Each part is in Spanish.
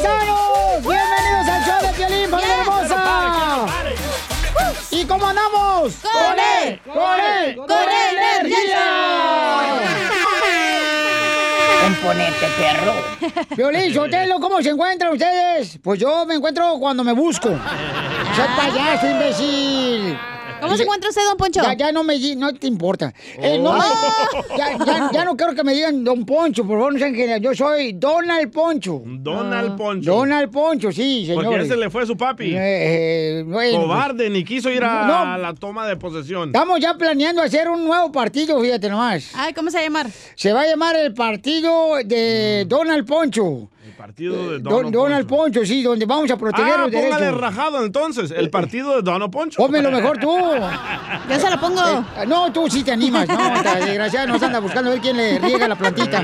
¡Uh! él! E, ¡Con, Componente, perro. Violín, Sotelo, ¿cómo se encuentran ustedes? Pues yo me encuentro cuando me busco. Soy payaso, imbécil. ¿Cómo se encuentra usted, don Poncho? Oh. Ya, ya no me di- no te importa. Eh, no me- ya, ya- ya no quiero que me digan don Poncho, por favor, no sean genial. Yo soy Donald Poncho. Donald Poncho. Donald Poncho, sí, señor. Porque ese le fue su papi. Eh, eh, bueno, Cobarde, ni quiso ir a No. la toma de posesión. Estamos ya planeando hacer un nuevo partido, fíjate nomás. Ay, ¿cómo se va a llamar? Se va a llamar el partido de Donald Poncho. Mm. Partido de Don- Donald, Donald Poncho, sí, donde vamos a proteger Ah, los póngale derechos. rajado entonces. El partido de Donald Poncho. Eh, Ponme lo mejor tú. Eh, Yo se lo pongo. no, tú sí te animas. No, ta desgraciada, nos anda buscando a ver quién le riega la plantita.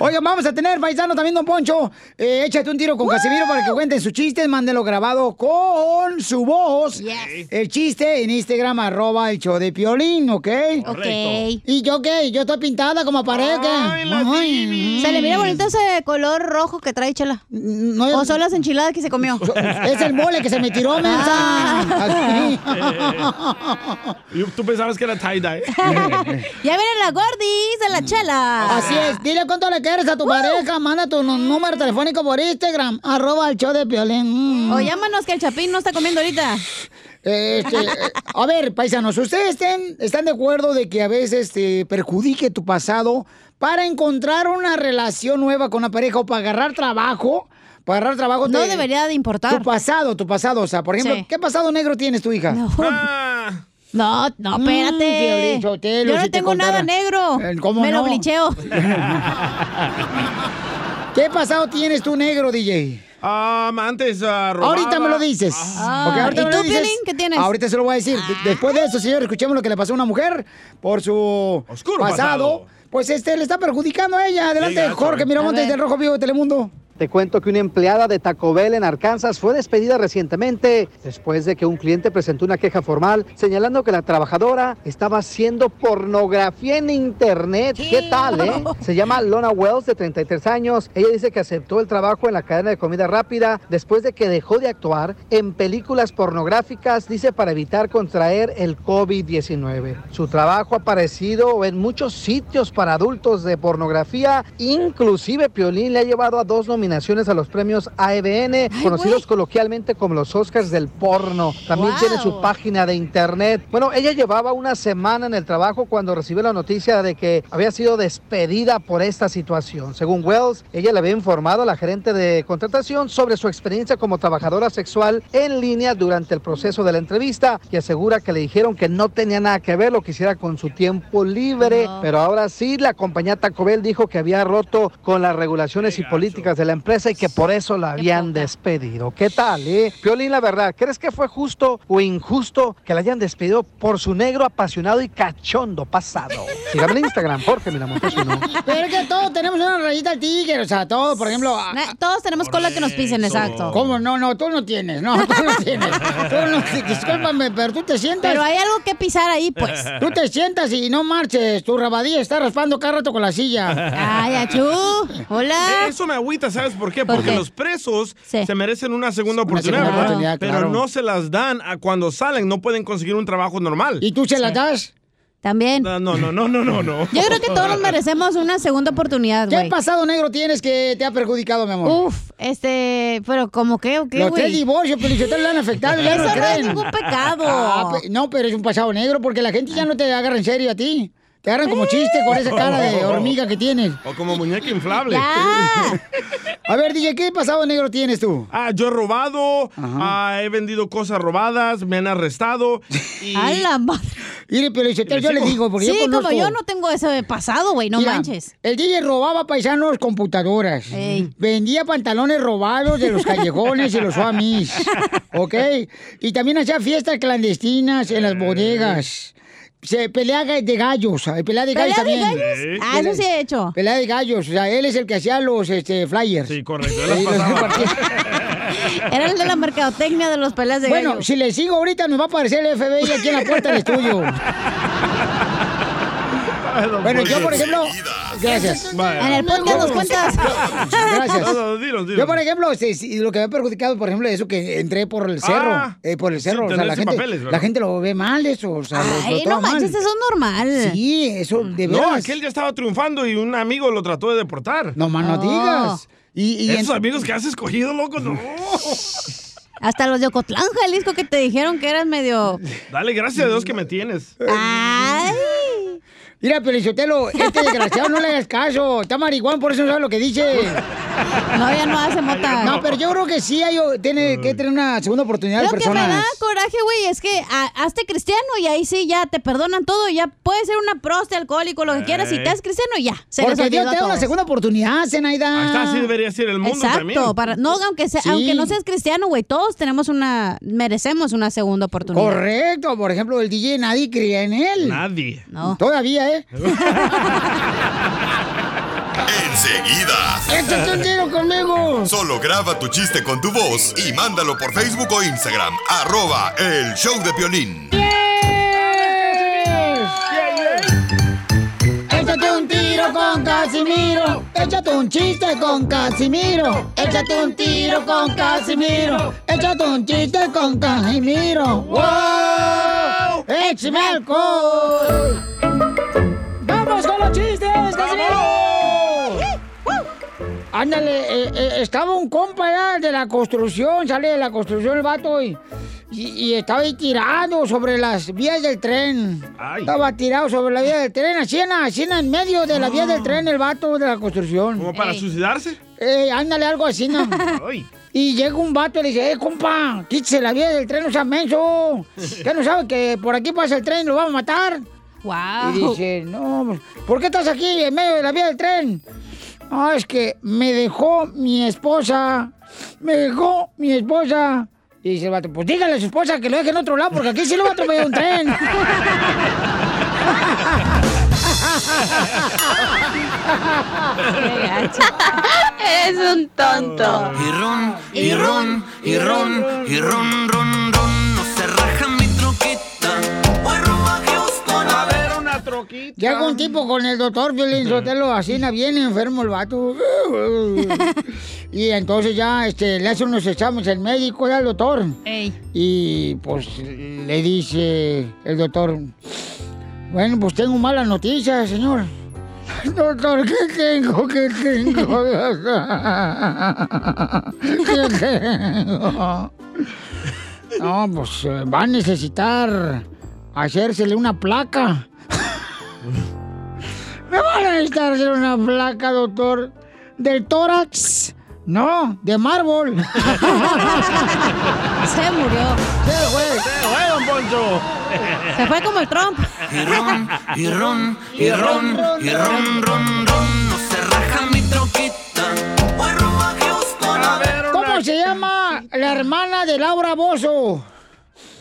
Oigan, vamos a tener paisano también, don Poncho. Eh, échate un tiro con Casimiro para que cuenten sus chistes. Mándelo grabado con su voz. El chiste en Instagram, arroba el show de Piolín, ¿ok? Ok. ¿Y ¿Y yo qué? Yo estoy pintada como pared. ¿qué? Ay, mm. Se le mira bonito ese color rojo que trae Chela. o son las enchiladas que se comió. Es el mole que se me tiró, mensa. Ah. Ah. Así. Eh, Y Tú pensabas que era tie-dye. ya viene la gordis de la Chela. Así es, dile cuánto le quieres a tu pareja, manda tu nu- número telefónico por Instagram, arroba el show de Piolín. O llámanos que el chapín no está comiendo ahorita. Este, eh, a ver, paisanos, ¿ustedes estén- están de acuerdo de que a veces te perjudique tu pasado para encontrar una relación nueva con una pareja o para agarrar trabajo? Para agarrar trabajo No te- debería de importar. Tu pasado, tu pasado. O sea, por ejemplo, Sí. ¿qué pasado negro tienes tu hija? No, no, Mm, espérate. Piolín Sotelo, Yo no si te tengo nada contara. negro. Eh, ¿cómo Me no? lo blicheo. ¿Qué pasado tienes tú negro, DJ? Ah, antes ah, robaba. Ahorita me lo dices. Ah. Ok, ahorita ¿y me lo tú, dices. Piolín, qué tienes? Ahorita se lo voy a decir. De- Después de eso, señor, escuchemos lo que le pasó a una mujer por su Oscuro pasado. Pues este le está perjudicando a ella. Adelante, gacho, Jorge eh. Miramontes del Rojo Vivo de Telemundo. Te cuento que una empleada de Taco Bell en Arkansas fue despedida recientemente después de que un cliente presentó una queja formal señalando que la trabajadora estaba haciendo pornografía en internet. ¿Qué tal, eh? Se llama Lona Wells, de 33 años. Ella dice que aceptó el trabajo en la cadena de comida rápida después de que dejó de actuar en películas pornográficas, dice, para evitar contraer el COVID-19. Su trabajo ha aparecido en muchos sitios para adultos de pornografía, inclusive Piolín le ha llevado a dos nominaciones a E los premios AEBN, conocidos coloquialmente como los Oscars del porno. También Wow. tiene su página de internet. Bueno, ella llevaba una semana en el trabajo cuando recibió la noticia de que había sido despedida por esta situación. Según Wells, ella le había informado a la gerente de contratación sobre su experiencia como trabajadora sexual en línea durante el proceso de la entrevista y asegura que le dijeron que no tenía nada que ver lo que hiciera con su tiempo libre, pero ahora sí la compañía Taco Bell dijo que había roto con las regulaciones y políticas de la empresa y que por eso la habían despedido. ¿Qué tal, eh? Piolín, la verdad, ¿crees que fue justo o injusto que la hayan despedido por su negro apasionado y cachondo pasado? Sígame en Instagram, Jorge Miramontes uno. Pero es que todos tenemos una rayita al tigre, o sea, todos, por ejemplo... todos tenemos cola que nos pisen, exacto. Ah. ¿Cómo? No, no, tú no tienes, no, tú no tienes. Tú no, discúlpame, pero tú te sientas... Pero hay algo que pisar ahí, pues. Tú te sientas y no marches, tu rabadilla está raspando cada rato con la silla. Ay, achú, hola. Eso me agüita, ¿sabes por qué? Porque qué? los presos se merecen una segunda oportunidad, segunda ¿verdad? oportunidad, Pero claro. no se las dan a cuando salen, no pueden conseguir un trabajo normal. ¿Y tú se las das? También. No, no, no, no, no, no. Yo creo que todos nos merecemos una segunda oportunidad, güey. ¿Qué pasado negro tienes que te ha perjudicado, mi amor? Uf, este, pero como qué o qué, Los tres güey. divorcios, pero le han afectado, ya Eso no no es creen. ningún pecado. Ah, pe- no, pero es un pasado negro porque la gente ya no te agarra en serio a ti. Te agarran como chiste con esa cara de hormiga que tienes. O como muñeca inflable. A ver, DJ, ¿qué pasado negro tienes tú? Ah, yo he robado, ah, he vendido cosas robadas, me han arrestado. Y... A la madre. Mire, pero yo, yo le digo, porque yo Sí, conozco- como yo no tengo ese pasado, güey, no Mira, manches. El DJ robaba paisanos computadoras. Vendía pantalones robados de los callejones y los suamis. ¿Ok? Y también hacía fiestas clandestinas en las bodegas. Se pelea ga- de gallos, hay pelea de gallos ¿Pelea de también. gallos? ¿Eh? Sí. Ah, eso sí he hecho. Pelea de gallos, o sea, él es el que hacía los este, flyers. Sí, correcto. Era el de la mercadotecnia de los peleas de bueno, gallo. si le sigo ahorita nos va a aparecer el FBI aquí en la puerta del estudio. don Bueno, yo, Poncho. por ejemplo. Gracias. Vaya. En el podcast nos cuentas. Gracias. No, no, dinos, dinos. Yo, por ejemplo, este, si- lo que me ha perjudicado, por ejemplo, eso que entré por el cerro. Ah. eh, por el cerro. Sin o sea, la tener gente, sin papeles, ¿verdad? la gente lo ve mal, eso. O sea, lo- lo Ay, toma no manches, eso mal. es normal. Sí, eso de veras. Mm. No, aquel ya estaba triunfando y un amigo lo trató de deportar. Ah. No más no Oh. digas. Y, y Esos en- amigos que has escogido, loco, no. Hasta los de Ocotlán, Jalisco, que te dijeron que eras medio... Dale gracias a Dios que me tienes. Ah. Ay. Mira, Pelizotelo, este desgraciado no le hagas caso. Está marihuana, por eso no sabe lo que dice. No, ya no hace mota. No, pero yo creo que sí hay, tiene Mm. que tener una segunda oportunidad Lo de que me da personas. coraje, güey, es que a- hazte cristiano y ahí sí ya te perdonan todo. Ya puede ser una proste, alcohólico, lo que quieras. Si Ey. te haces cristiano, ya. Se les Porque olvidó Dios a te da una todos. segunda oportunidad, Zenaida. Ahí está, así debería ser el mundo Exacto, también. para no aunque sea, Sí. aunque no seas cristiano, güey, todos tenemos una merecemos una segunda oportunidad. Correcto, por ejemplo, el DJ nadie creía en él. Nadie. No. Todavía, ¿eh? Enseguida. ¡Échate un tiro conmigo! Solo graba tu chiste con tu voz y mándalo por Facebook o Instagram. Arroba el show de violín. Échate un tiro con Casimiro. Échate un chiste con Casimiro. Échate un tiro con Casimiro. Échate un chiste con Casimiro. ¡Wow! ¡Échame alcohol! ¡Vamos con los chistes, Casimiro! Ándale, eh, eh, estaba un compa ya de la construcción, sale de la construcción el vato y, y- y estaba ahí tirado sobre las vías del tren. Ay. Estaba tirado sobre la vía del tren, así en, la- así en el medio de la vía del tren el vato de la Ah. ¿Como construcción. para Ey. suicidarse? Eh, ándale, algo así, ¿no? Ay. Y llega un vato y le dice, eh, compa, quítese la vía del tren, no sea menso. ¿Qué no sabe que por aquí pasa el tren y lo vamos a matar? Wow. Y dice, no, pues, ¿por qué estás aquí en medio de la vía del tren? No, es que me dejó mi esposa. Me dejó mi esposa. Y dice el vato, pues dígale a su esposa que lo deje en otro lado, porque aquí sí lo va a atropellar un tren. Qué gacho. Eres un tonto. Y ron, y ron, y ron, y ron, ron, ron, no se raja mi truquita. Voy rumbo a Houston a ver. Era una troquita. Llega un tipo con el doctor Violín Sotelo, así na, bien enfermo el vato. Y entonces ya este, le hace unos exámenes el médico y al doctor. Ey. Y pues le dice el doctor, bueno, pues tengo malas noticias, señor. Doctor, ¿qué tengo? ¿Qué tengo? ¿Qué tengo? No, pues eh, va a necesitar hacérsele una placa. ¿Me van a necesitar hacer una placa, doctor? ¿Del tórax? No, de mármol. Se murió. ¡Eh, don Poncho! Se fue como el Trump. Y ron, y ron, y ron, y ron, ron, ron, no se raja mi truquita. Voy rumbo a Houston a ver. ¿Cómo se llama la hermana de Laura Bozo?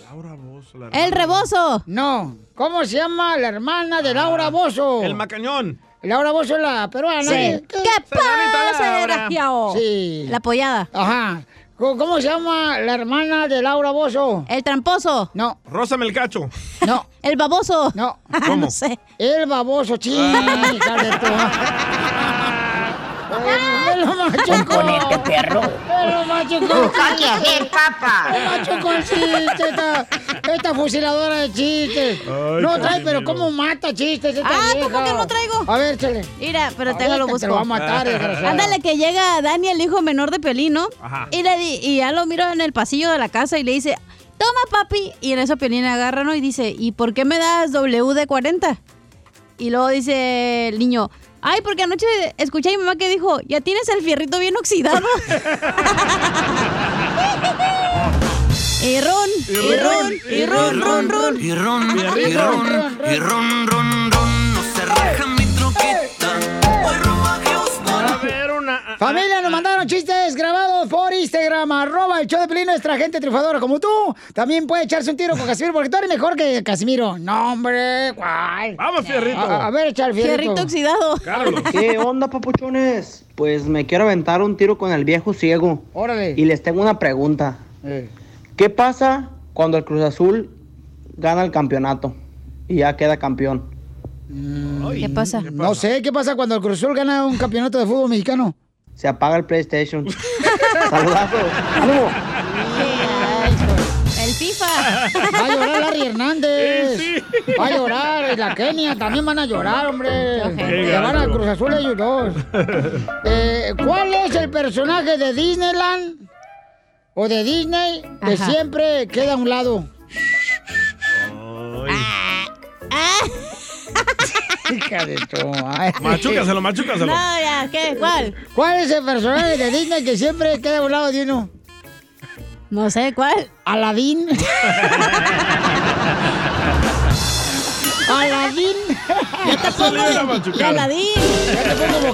Laura Bozo, la- El rebozo. No. ¿Cómo se llama la hermana de Laura Bozo? Ah, El macañón. Laura Bozo es la peruana. ¿eh? ¿Qué pasa, Laura. desgraciado? Sí. La pollada. Ajá. ¿Cómo cómo se llama la hermana de Laura Bozo? El tramposo. No, Rózame el cacho. no, El baboso. no. ¿Cómo? no sé. Ah. El baboso, chica de tu. Ay, me lo machucó. perro. Me lo machucó. hacer papa. macho con chiste esta, esta fusiladora de chistes. Ay, no trae, Casimiro. pero ¿cómo mata chistes esta Ah, vieja? ¿cómo que no traigo? A ver, chale. Mira, pero A tengo ver, lo que Te lo busco. va a matar, desgraciado. Ándale que llega Dani, el hijo menor de Piolín, ¿no? Ajá. Y, le di- y ya lo miro en el pasillo de la casa y le dice, toma papi. Y en eso Piolín agarra, ¿no? Y dice, ¿y por qué me das W de 40? Y luego dice el niño, ay, porque anoche escuché a mi mamá que dijo, ya tienes el fierrito bien oxidado. y ron, y ron, y ron, ron, ron. Y ron, y ron, y ron, ron, ron, no se raja mi truquita. Voy rumbo a Houston a A ver. ver, una. Familia, nos mandaron chistes grabados por Instagram, arroba el show de Pelín, nuestra gente triunfadora como tú. También puede echarse un tiro con Casimiro, porque tú eres mejor que Casimiro. No, hombre, guay. Vamos, fierrito. A, a ver, echar el Fierrito fierrito. oxidado. Carlos. ¿Qué onda, papuchones? Pues me quiero aventar un tiro con el viejo ciego. Órale. Y les tengo una pregunta. Eh. ¿Qué pasa cuando el Cruz Azul gana el campeonato y ya queda campeón? ¿Qué pasa? No sé, Mm. ¿qué pasa cuando el Cruz Azul gana un campeonato de fútbol mexicano? Se apaga el PlayStation. Saludazo. ¡Ánimo! El FIFA. Va a llorar Larry Hernández. Va a llorar. Y la Kenia también van a llorar, hombre. Qué Se van a gacho. Cruz Azul ellos dos. Eh, ¿Cuál es el personaje de Disneyland o de Disney que Ajá. siempre queda a un lado? Ah, Hija de tu madre. Machúcaselo, machúcaselo. ah. No, ya, ¿qué? ¿Cuál? ¿Cuál es el personaje de Disney que siempre queda a un lado de uno? No sé, ¿cuál? Aladín. Aladín. Ya te pongo. Aladín. Ya te pongo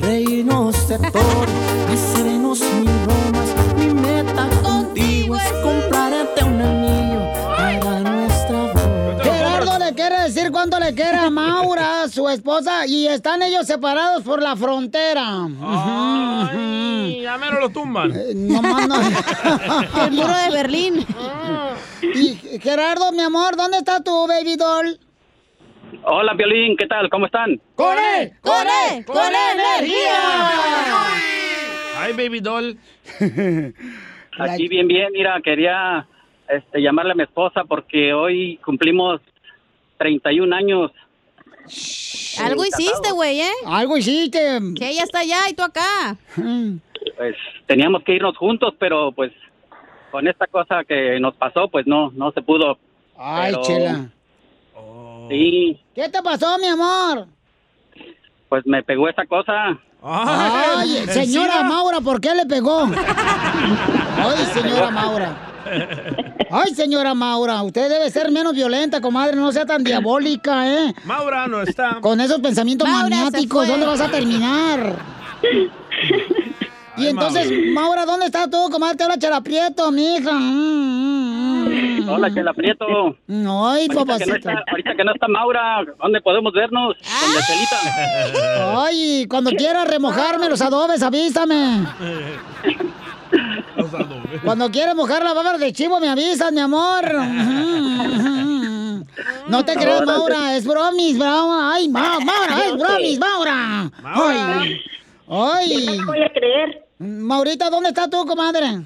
reírnos de todo, hacernos mil bromas. Mi meta contigo es comprarte un anillo para nuestra Gerardo le quiere decir cuánto le quiere a Maura, su esposa, y están ellos separados por la frontera. Ay, ya mero lo tumban. No, más Eh, no. El muro de Berlín. Y Gerardo, mi amor, ¿dónde está tu baby doll? Hola, Violín, ¿qué tal? ¿Cómo están? ¡Corre! ¡Corre! ¡Corre energía! Ay, baby doll. Aquí bien, bien. Mira, quería este, llamarle a mi esposa porque hoy cumplimos 31 años. Algo hiciste, güey, ¿eh? Algo hiciste. Que ella está allá y tú acá. Pues teníamos que irnos juntos, pero pues con esta cosa que nos pasó, pues no, no se pudo. Ay, Pero- chela. Oh. Sí, ¿Qué te pasó, mi amor? pues me pegó esta cosa. Ah. Ah, Ay, señora Maura, ¿por qué le pegó? Ay, señora Maura. Ay, señora Maura, usted debe ser menos violenta, comadre, no sea tan diabólica, ¿eh? Maura no está. Con esos pensamientos Maura se maniáticos, fue. ¿dónde vas a terminar? y entonces, Maura, ¿dónde está tú, comadre? Te habla Chela Prieto, mija. Mm, mm, mm. Hola, Chela Prieto. Ay, Ahorita que, no papacito. está, ahorita que no está Maura, ¿dónde podemos vernos? Con la Chelita. Ay, cuando quieras remojarme los adobes, avísame. Cuando quieras mojar la baba de chivo, me avisas, mi amor. No te creas, Ahora, Maura, eh. es bromis, Maura. Ay, Ma- Maura, es bromis, Maura. Maura. Ay, ay. voy a creer. Maurita, ¿dónde estás tú, comadre?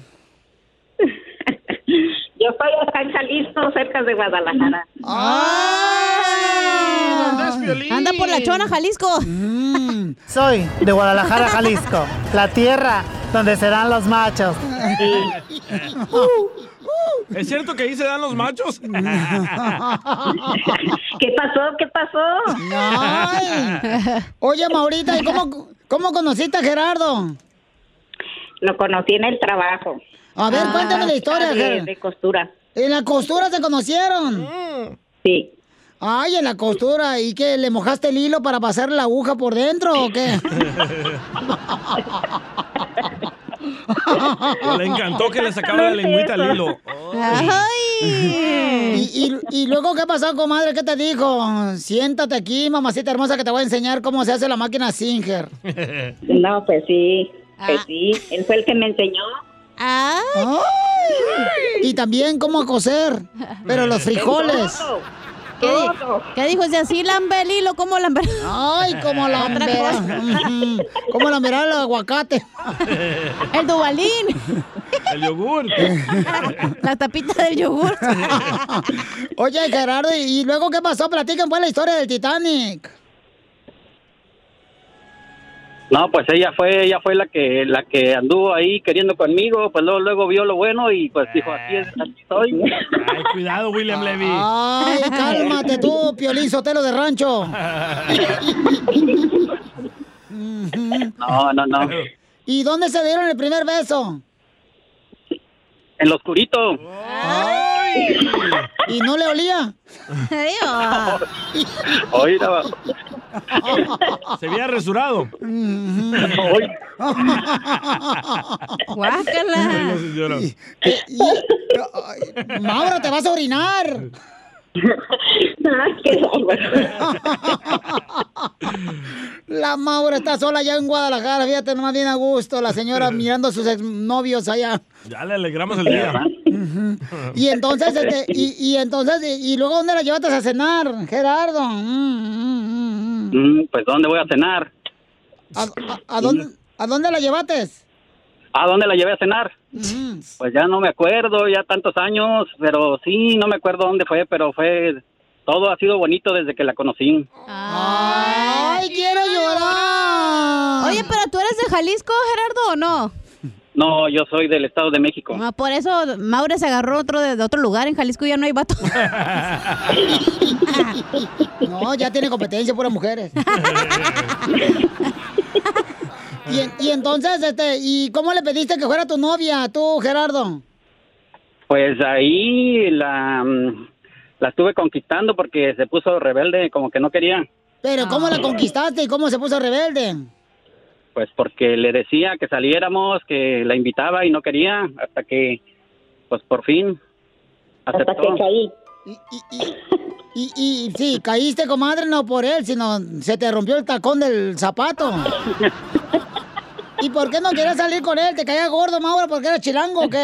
Yo estoy acá en Jalisco, cerca de Guadalajara. Ah. Anda por la chona, Jalisco. Mm. Soy de Guadalajara, Jalisco, la tierra donde serán los machos. ¿Es cierto que ahí se dan los machos? ¿Qué pasó? ¿Qué pasó? Oye, Maurita, ¿y cómo, cómo conociste a Gerardo? Lo conocí en el trabajo. A Ah, ver, cuéntame la historia, de, Ger. de costura. ¿En la costura se conocieron? Sí. Ay, en la costura. ¿Y qué? ¿Le mojaste el hilo para pasar la aguja por dentro o qué? Le encantó que le sacaba la lengüita al hilo. Ay. ¿Y, y, y luego qué pasó, comadre? ¿Qué te dijo? Siéntate aquí, mamacita hermosa, que te voy a enseñar cómo se hace la máquina Singer. Ah. No, pues sí. Pues sí. Él fue el que me enseñó. Ay. Y también cómo coser, pero los frijoles. ¿Qué, di- qué dijo? Dice así, lambe el hilo, ¿cómo lambe? Ay, como lamber- ¿Cómo lamberá el aguacate? El dubalín. El yogur. La tapita del yogur. Oye, Gerardo, ¿y luego qué pasó? Platiquen pues la historia del Titanic. No, pues ella fue, ella fue la que, la que anduvo ahí queriendo conmigo, pues luego, luego vio lo bueno y pues dijo así es, así soy. Ay, cuidado, William Levy. Ay, cálmate tú, Piolín Sotelo de Rancho. No, no, no. ¿Y dónde se dieron el primer beso? En lo oscurito. ¿Y no le olía? oh. Hoy estaba- Se había resurado. hoy- Bueno, ¡Guácala! señora. ¡Maura, te vas a orinar! Ah, La Maura está sola ya en Guadalajara, fíjate, nomás bien a gusto, la señora mirando a sus exnovios allá. Ya le alegramos el día. Y entonces, este, y, y entonces, y, y luego dónde la llevaste a cenar, Gerardo? Mm, Mm, pues ¿dónde voy a cenar? ¿A, a- a dónde, ¿A dónde la llevaste? ¿A dónde la llevé a cenar? Mm. Pues ya no me acuerdo, ya tantos años, pero sí, no me acuerdo dónde fue, pero fue... Todo ha sido bonito desde que la conocí. ¡Ay, quiero llorar! Oye, pero tú eres de Jalisco, Gerardo, o no? No, yo soy del Estado de México. Ah, por eso Maura se agarró otro de, de otro lugar. En Jalisco ya no hay vato. Ah. No, ya tiene competencia, puras mujeres. y, en- y entonces, este, ¿y cómo le pediste que fuera tu novia, tú, Gerardo? Pues ahí la, mm, la estuve conquistando porque se puso rebelde, como que no quería. Pero ¿cómo la conquistaste y cómo se puso rebelde? Pues porque le decía que saliéramos, que la invitaba y no quería, hasta que, pues por fin, aceptó. Y, y sí, caíste, comadre, no por él, sino se te rompió el tacón del zapato. ¿Y por qué no querías salir con él? ¿Te caía gordo, Maura, porque era chilango o qué?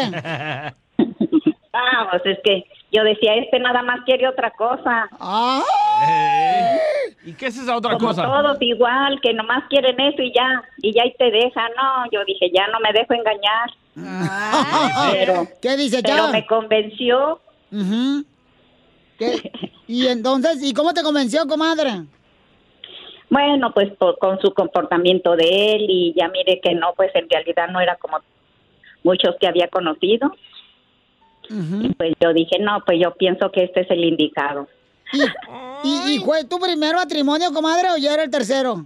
Vamos, es que yo decía, este nada más quiere otra cosa. Ah. ¿Y qué es esa otra Como cosa? todos igual, que nomás quieren eso y ya, y ya y te dejan. No, yo dije, ya no me dejo engañar. Pero- Ah. ¿Qué dice ya? Pero me convenció. ¿Qué? Y entonces, ¿y cómo te convenció, comadre? Bueno, pues por- con su comportamiento de él y ya mire que no, pues en realidad no era como muchos que había conocido. Y pues yo dije, no, pues yo pienso que este es el indicado. ¿Y, y fue tu primer matrimonio, comadre, o ya era el tercero?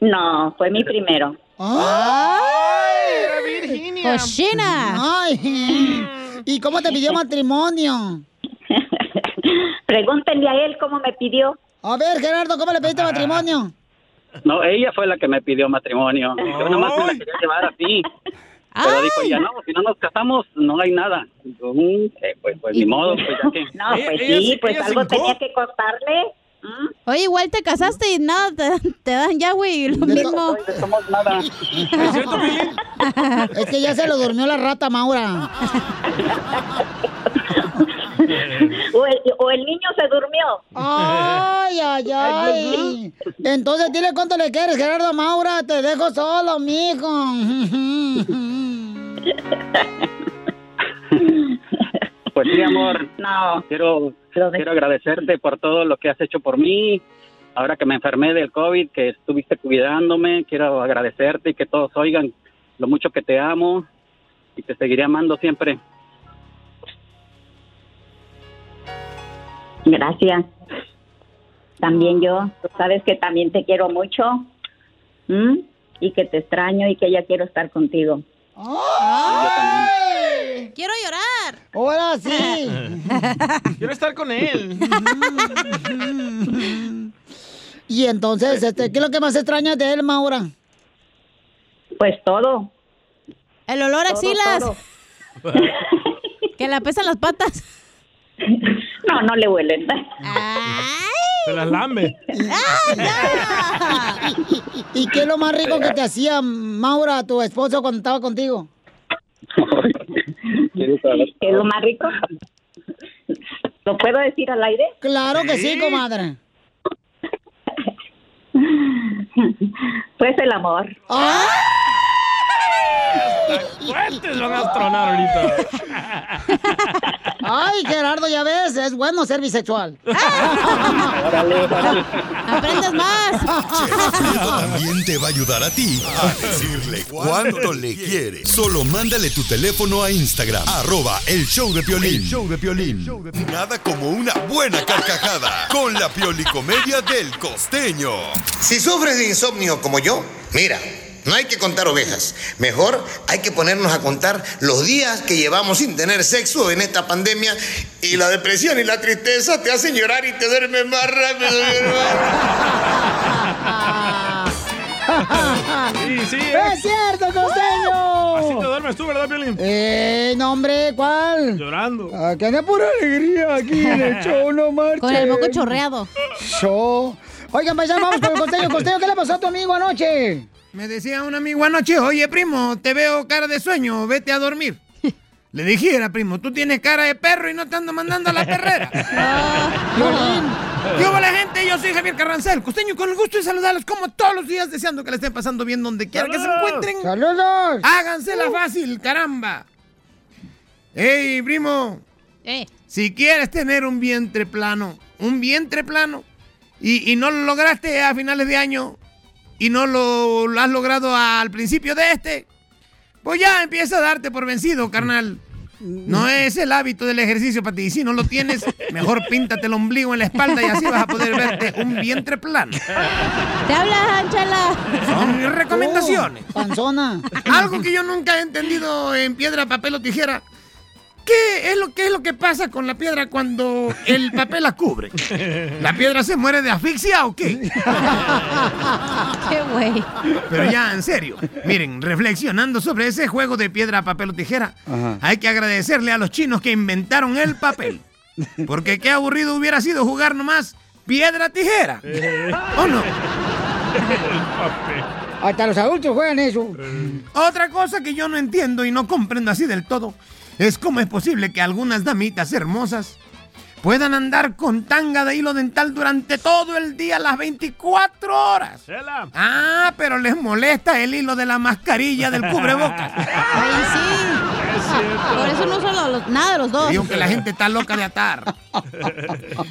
No, fue mi primero. ¡Ay! ¡Era Virginia! Mm. Cochina. ¡Ay! ¿Y cómo te pidió matrimonio? Pregúntenle a él cómo me pidió. A ver, Gerardo, ¿cómo le pediste matrimonio? No, ella fue la que me pidió matrimonio. Yo nomás me la quería llevar así. Pero dijo ella, no, si no nos casamos, no hay nada. Y yo, mm, eh, pues, pues ni modo, pues ya que... No, pues sí, pues algo tenía que contarle. Oye, igual te casaste y nada, te, te dan ya, güey, lo mismo. Es que ya se lo durmió la rata, Maura. O el, o el niño se durmió. ¡Ay, ay, ay! Entonces, dile cuánto le quieres, Gerardo a Maura. Te dejo solo, mijo. Pues sí, amor. No. Quiero, quiero agradecerte por todo lo que has hecho por mí. Ahora que me enfermé del COVID, que estuviste cuidándome, quiero agradecerte y que todos oigan lo mucho que te amo y te seguiré amando siempre. Gracias. También yo, tú sabes que también te quiero mucho ¿m? y que te extraño y que ya quiero estar contigo. Quiero llorar. Ahora sí. Quiero estar con él. Y entonces, este, ¿qué es lo que más extrañas de él, Maura? Pues todo. El olor a Todo, axilas. todo. Que la pesan las patas. No, no le huelen. Se las lambe. ¿Y qué es lo más rico que te hacía Maura, tu esposo, cuando estaba contigo? ¿Qué es lo más rico? ¿Lo puedo decir al aire? Claro que sí, comadre. Pues el amor. Fuertes van a tronar ahorita. Ay, Gerardo, ya ves, es bueno ser bisexual. Aprendes más. También te va a ayudar a ti a decirle Ah. cuánto le quiere. Solo mándale tu teléfono a Instagram, arroba el show de Piolín. show de Piolín. Nada como una buena carcajada con la piolicomedia del costeño. Si sufres de insomnio como yo, mira, No hay que contar ovejas. Mejor hay que ponernos a contar los días que llevamos sin tener sexo en esta pandemia y la depresión y la tristeza te hacen llorar y te duermes más rápido, mi hermano. sí, sí. ¡Es cierto, costeño! Ah, Así te duermes tú, ¿verdad, Piolín? Eh, no, hombre, ¿cuál? Llorando. Ah, que anda pura alegría aquí en el show, no marches. Con el moco chorreado. Show. Oigan, paisanos, vamos con el costeño. Costeño, ¿qué le pasó a tu amigo anoche? Me decía un amigo anoche, oye primo, te veo cara de sueño, vete a dormir. Le dije, era primo, tú tienes cara de perro y no te ando mandando a la perrera. Yo la gente, yo soy Javier Carrancel, costeño, con el gusto de saludarlos como todos los días, deseando que la estén pasando bien donde quiera que se ¡Saludos! encuentren. ¡Saludos! Hágansela fácil, caramba. Ey, primo, si quieres tener un vientre plano, un vientre plano, y, y no lo lograste a finales de año, y no lo, lo has logrado al principio de este, pues ya empieza a darte por vencido, carnal. No es el hábito del ejercicio para ti. Y si no lo tienes, mejor píntate el ombligo en la espalda y así vas a poder verte un vientre plano. Te hablas, Ángela. Oh, Son mis recomendaciones. panzona. Algo que yo nunca he entendido en piedra, papel o tijera. ¿Qué es lo, qué es lo que pasa con la piedra cuando el papel la cubre? ¿La piedra se muere de asfixia o qué? Qué güey. Pero ya, en serio. Miren, reflexionando sobre ese juego de piedra, papel o tijera, hay que agradecerle a los chinos que inventaron el papel. Porque qué aburrido hubiera sido jugar nomás piedra, tijera. ¿O no? Hasta los adultos juegan eso. Otra cosa que yo no entiendo y no comprendo así del todo es cómo es posible que algunas damitas hermosas puedan andar con tanga de hilo dental durante todo el día, las 24 horas. Ah, pero les molesta el hilo de la mascarilla del cubrebocas. Ay, sí. Por eso no uso lo- lo- nada de los dos. Digo que la gente está loca de atar.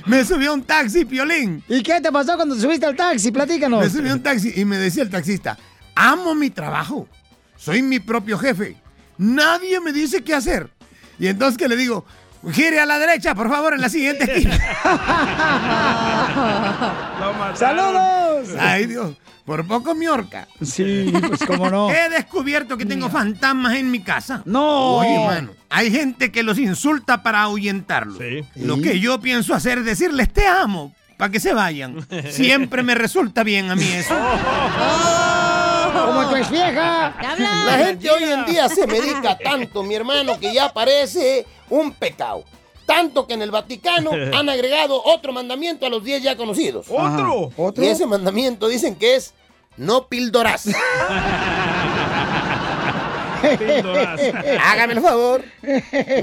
Me subió un taxi, Piolín. ¿Y qué te pasó cuando te subiste al taxi? Platícanos. Me subió un taxi y me decía el taxista, amo mi trabajo, soy mi propio jefe, nadie me dice qué hacer. Y entonces que le digo, gire a la derecha, por favor, en la siguiente esquina. ¡Saludos! Ay, Dios, por poco mi horca. Sí, pues cómo no. He descubierto que tengo fantasmas en mi casa. No. Oye, mano, hay gente que los insulta para ahuyentarlos. Lo Sí. que yo pienso hacer es decirles te amo para que se vayan. Siempre me resulta bien a mí eso. Como tu vieja. La gente hoy en día se medica tanto, mi hermano, que ya parece un pecado. Tanto que en el Vaticano han agregado otro mandamiento a los 10 ya conocidos. ¿Otro? Y ese mandamiento dicen que es no pildorás. Ah, Hágame el favor.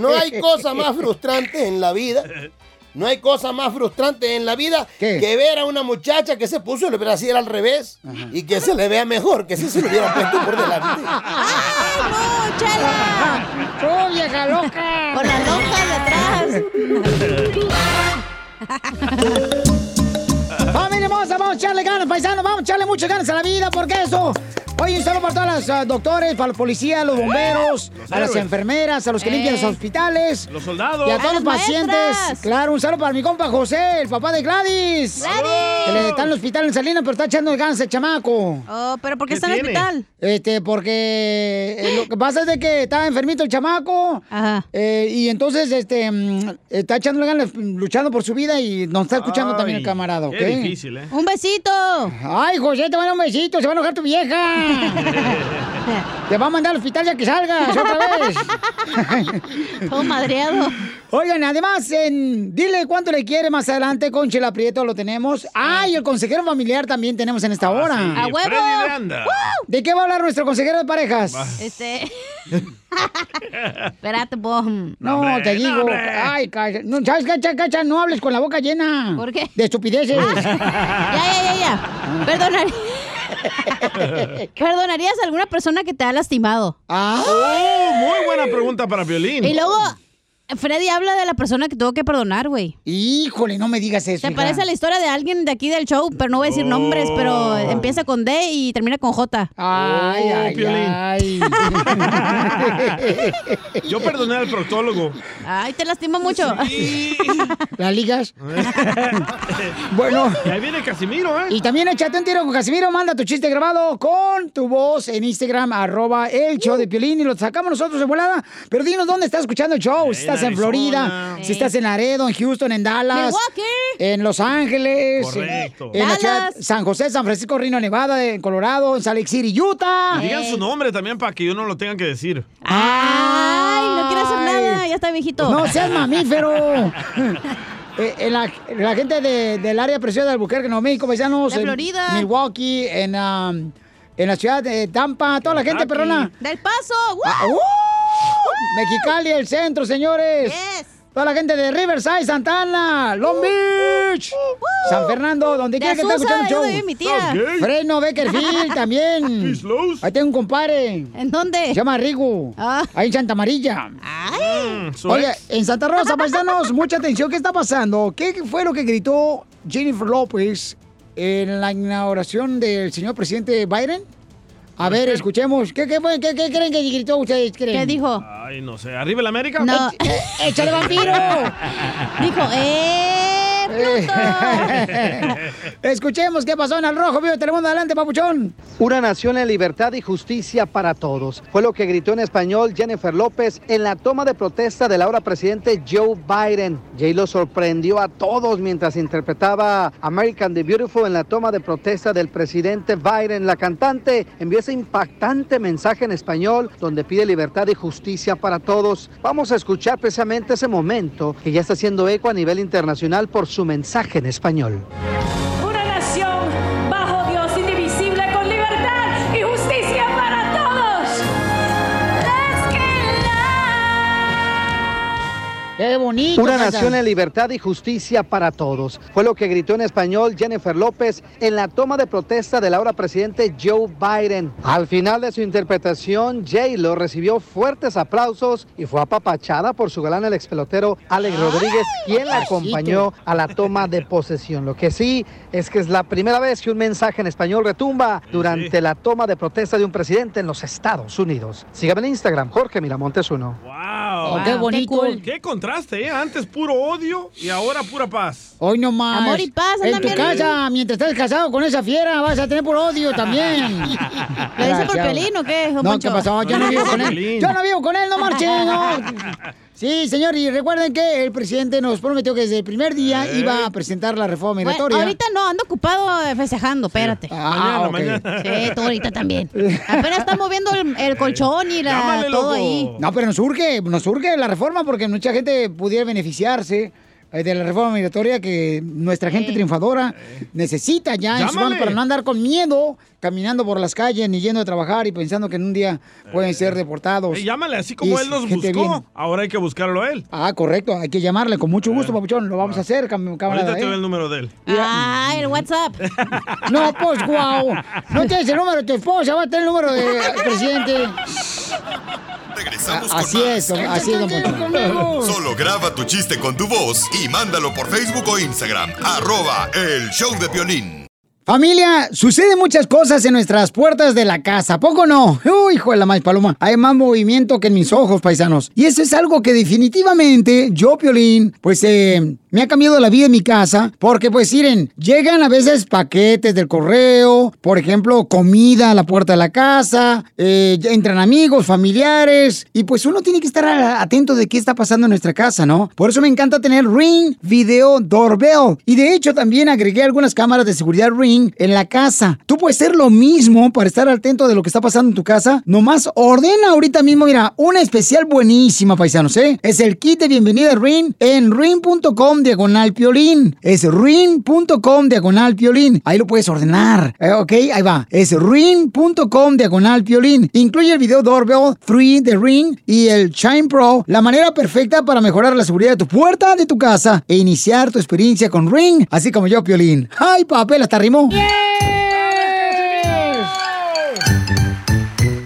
No hay cosa más frustrante en la vida. No hay cosa más frustrante en la vida que ver a una muchacha que se puso el brasier al revés y que se le vea mejor que si se lo hubiera puesto por delante. ¡Ay, no, chela! ¡Oh, vieja loca! Con la loca de atrás. ¡Familia hermosa! Vamos a echarle ganas, paisanos. Vamos a echarle muchas ganas a la vida, porque eso. Oye, un saludo para todas las ah, doctores, para los policías, los bomberos, Los a las héroes. enfermeras, a los que limpian Eh. los hospitales. Los soldados. Y a todos los pacientes. maestras. Claro, un saludo para mi compa José, el papá de Gladys. Que le está en el hospital en Salinas, pero está echando ganas el chamaco. Oh, pero ¿por qué ¿Qué está en el tiene? hospital? Este, porque eh, lo que pasa es de que está enfermito el chamaco. Eh, y entonces, este, mm, está echándole ganas, luchando por su vida y nos está escuchando también el Ay, camarada, ¿ok? qué difícil, ¿eh? Un besito. Ay, José, te van a dar un besito, se va a enojar tu vieja. te va a mandar al hospital ya que salgas otra vez. Todo madreado. Oigan, además, en dile cuánto le quiere más adelante con Chela Prieto, lo tenemos. Ay, el consejero familiar también tenemos en Ah, esta hora. sí, ¡A huevo! Freddy Miranda. ¡Woo! ¿De qué va a hablar nuestro consejero de parejas? Este. Espérate, po. No, te digo. Ay, cacha, no, ¿sabes, cacha, cacha? No hables con la boca llena. ¿Por qué? De estupideces. Ya, ya, ya, ya. Perdonar- ¿Perdonarías a alguna persona que te ha lastimado? ¡Ah! Oh, muy buena pregunta para Piolín. Y luego, Freddy habla de la persona que tuvo que perdonar, güey. Híjole, no me digas eso. Se hija. parece a la historia de alguien de aquí del show, pero no voy a decir nombres, pero empieza con D y termina con J. Oh. Ay, ay, ay. Yo perdoné al proctólogo. Ay, te lastima mucho. ¿La ligas? bueno. Y ahí viene Casimiro, ¿eh? Y también échate un tiro con Casimiro, manda tu chiste grabado con tu voz en Instagram, arroba el show Uh. de Piolín y lo sacamos nosotros de volada. Pero dinos dónde estás escuchando el show, si En estás en Arizona. Florida, si Sí. estás en Laredo, en Houston, en Dallas, Milwaukee. en Los Ángeles, Correcto. en, en la Dallas. ciudad de San José, San Francisco, Reno, Nevada, en Colorado, en Salt Lake City, Utah. Y digan Eh. su nombre también para que yo no lo tenga que decir. Ay, no quiere hacer nada, ya está viejito. No seas mamífero. Eh, eh, la, la gente de- del área preciosa de Albuquerque, Nuevo México, paisanos. De en Florida. Milwaukee, en, um, en la ciudad de Tampa, toda la gente perrona. Del paso. ¡Woo! Ah, ¡uh! Mexicali, el centro, señores. Toda la gente de Riverside, Santana, Uh, Long Beach, San Fernando, donde De quiera que esté Azusa, yo escuchando el show. doy mi tía. Ok. Fresno, Beckerfield también. Ahí tengo un compadre. ¿En dónde? Ah. Se llama Rigo. Ahí en Santa Amarilla. Mm, Oye, en Santa Rosa, paisanos, mucha atención. ¿Qué está pasando? ¿Qué fue lo que gritó Jennifer López en la inauguración del señor presidente Biden? A ver, escuchemos. ¿Qué, qué fue? ¿Qué, qué creen que gritó ustedes? creen? Ay, no sé. ¿Arriba el América? No. Eh, eh, échale, vampiro. Dijo, ¡eh, Escuchemos qué pasó en el rojo, vivo de Telemundo. Adelante, papuchón. Una nación en libertad y justicia para todos. Fue lo que gritó en español Jennifer López en la toma de protesta del ahora presidente Joe Biden. Jay lo sorprendió a todos mientras interpretaba American the Beautiful en la toma de protesta del presidente Biden. La cantante envió ese impactante mensaje en español donde pide libertad y justicia para todos. Vamos a escuchar precisamente ese momento que ya está haciendo eco a nivel internacional por su mensaje en español. Una nación bajo Dios indivisible con libertad y justicia para todos. ¡Qué bonito! Una paisa. nación en libertad y justicia para todos. Fue lo que gritó en español Jennifer López en la toma de protesta del ahora presidente Joe Biden. Al final de su interpretación, J-Lo recibió fuertes aplausos y fue apapachada por su galán, el expelotero Alex Rodríguez, quien la acompañó a la toma de posesión. Lo que sí es que es la primera vez que un mensaje en español retumba durante la toma de protesta de un presidente en los Estados Unidos. Sígame en Instagram, Jorge Miramontes uno. Oh, Wow. qué bonito. Qué, contraste, ¿eh? Antes puro odio y ahora pura paz. Hoy no más. Amor y paz, En andan tu bien. casa, mientras estés casado con esa fiera, vas a tener por odio también. ¿Lo dice por Desgraciado. Pelín o qué? don No, Poncho? ¿qué pasó? Yo no vivo con él. Yo no vivo con él, no marchen. no. Sí, señor, y recuerden que el presidente nos prometió que desde el primer día ¿Eh? iba a presentar la reforma Bueno, migratoria. ahorita no, ando ocupado eh, festejando, espérate. Ah, Mañana, ok. mañana. Sí, tú ahorita también. Apenas está moviendo el, el colchón y la, todo ahí. No, pero nos urge, nos urge la reforma porque mucha gente pudiera beneficiarse eh, de la reforma migratoria que nuestra gente triunfadora Eh. necesita ya en su mano Llámale. para no andar con miedo caminando por las calles ni yendo a trabajar y pensando que en un día pueden ser deportados. Eh, llámale, así como Y él nos gente buscó, bien. ahora hay que buscarlo a él. Ah, correcto, hay que llamarle con mucho gusto, papuchón, lo vamos a hacer, cam- Eh. Ah. camarada. Ahorita te ¿eh? doy el número de él. Ah, el WhatsApp. "Mm". No, pues, guau. No tienes el número de tu esposa, va a tener el número del presidente. Regresamos A- con así es, don- así es, don Poncho. Solo graba tu chiste con tu voz y mándalo por Facebook o Instagram. Arroba el show de violín. Familia, suceden muchas cosas en nuestras puertas de la casa, ¿a ¿poco no? Uy, hijo de la más paloma, hay más movimiento que en mis ojos, paisanos. Y eso es algo que definitivamente yo, Piolín, pues eh, me ha cambiado la vida en mi casa, porque pues miren, llegan a veces paquetes del correo, por ejemplo, comida a la puerta de la casa, eh, ya entran amigos, familiares, y pues uno tiene que estar a- atento de qué está pasando en nuestra casa, ¿no? Por eso me encanta tener Ring Video Doorbell. Y de hecho también agregué algunas cámaras de seguridad Ring en la casa. Tú puedes hacer lo mismo para estar atento de lo que está pasando en tu casa. Nomás ordena ahorita mismo, mira, una especial buenísima, paisanos, ¿eh? Es el kit de bienvenida Ring en ring.com diagonal piolín. Es ring.com diagonal piolín. Ahí lo puedes ordenar. Eh, ok, ahí va. Es ring.com diagonal piolín. Incluye el video Doorbell 3 de Ring y el Chime Pro, la manera perfecta para mejorar la seguridad de tu puerta de tu casa e iniciar tu experiencia con Ring, así como yo, Piolín. ¡Ay, papel! Hasta rimó.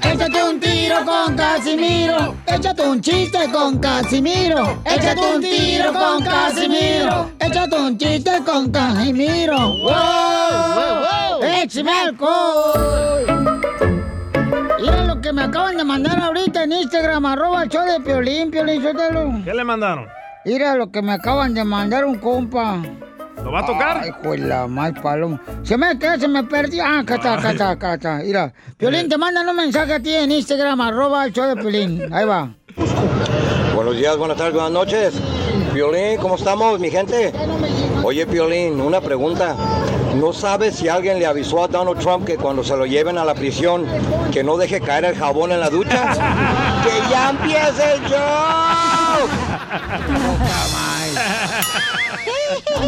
Échate un tiro tiro con Casimiro. Échate un chiste con Casimiro. Échate un tiro con Casimiro. Échate un chiste con Casimiro. ¡Wow! Oh. wow, wow! ¡Échame alcohol! Mira lo que me acaban de mandar ahorita en Instagram, arroba el show de Piolín, Piolín, suéltalo. ¿Qué le mandaron? Mira lo que me acaban de mandar un compa. ¿Lo va a tocar? Ay, juela, mal palomo. Se me quedó, se me perdió. Ah, acá está, acá está, acá está. Mira, Piolín, te mandan un mensaje a ti en Instagram, arroba el show de Piolín. Ahí va. Buenos días, buenas tardes, buenas noches. Piolín, ¿cómo estamos, mi gente? Oye, Piolín, una pregunta. ¿No sabes si alguien le avisó a Donald Trump que cuando se lo lleven a la prisión, que no deje caer el jabón en la ducha? ¡Que ya empiece el show!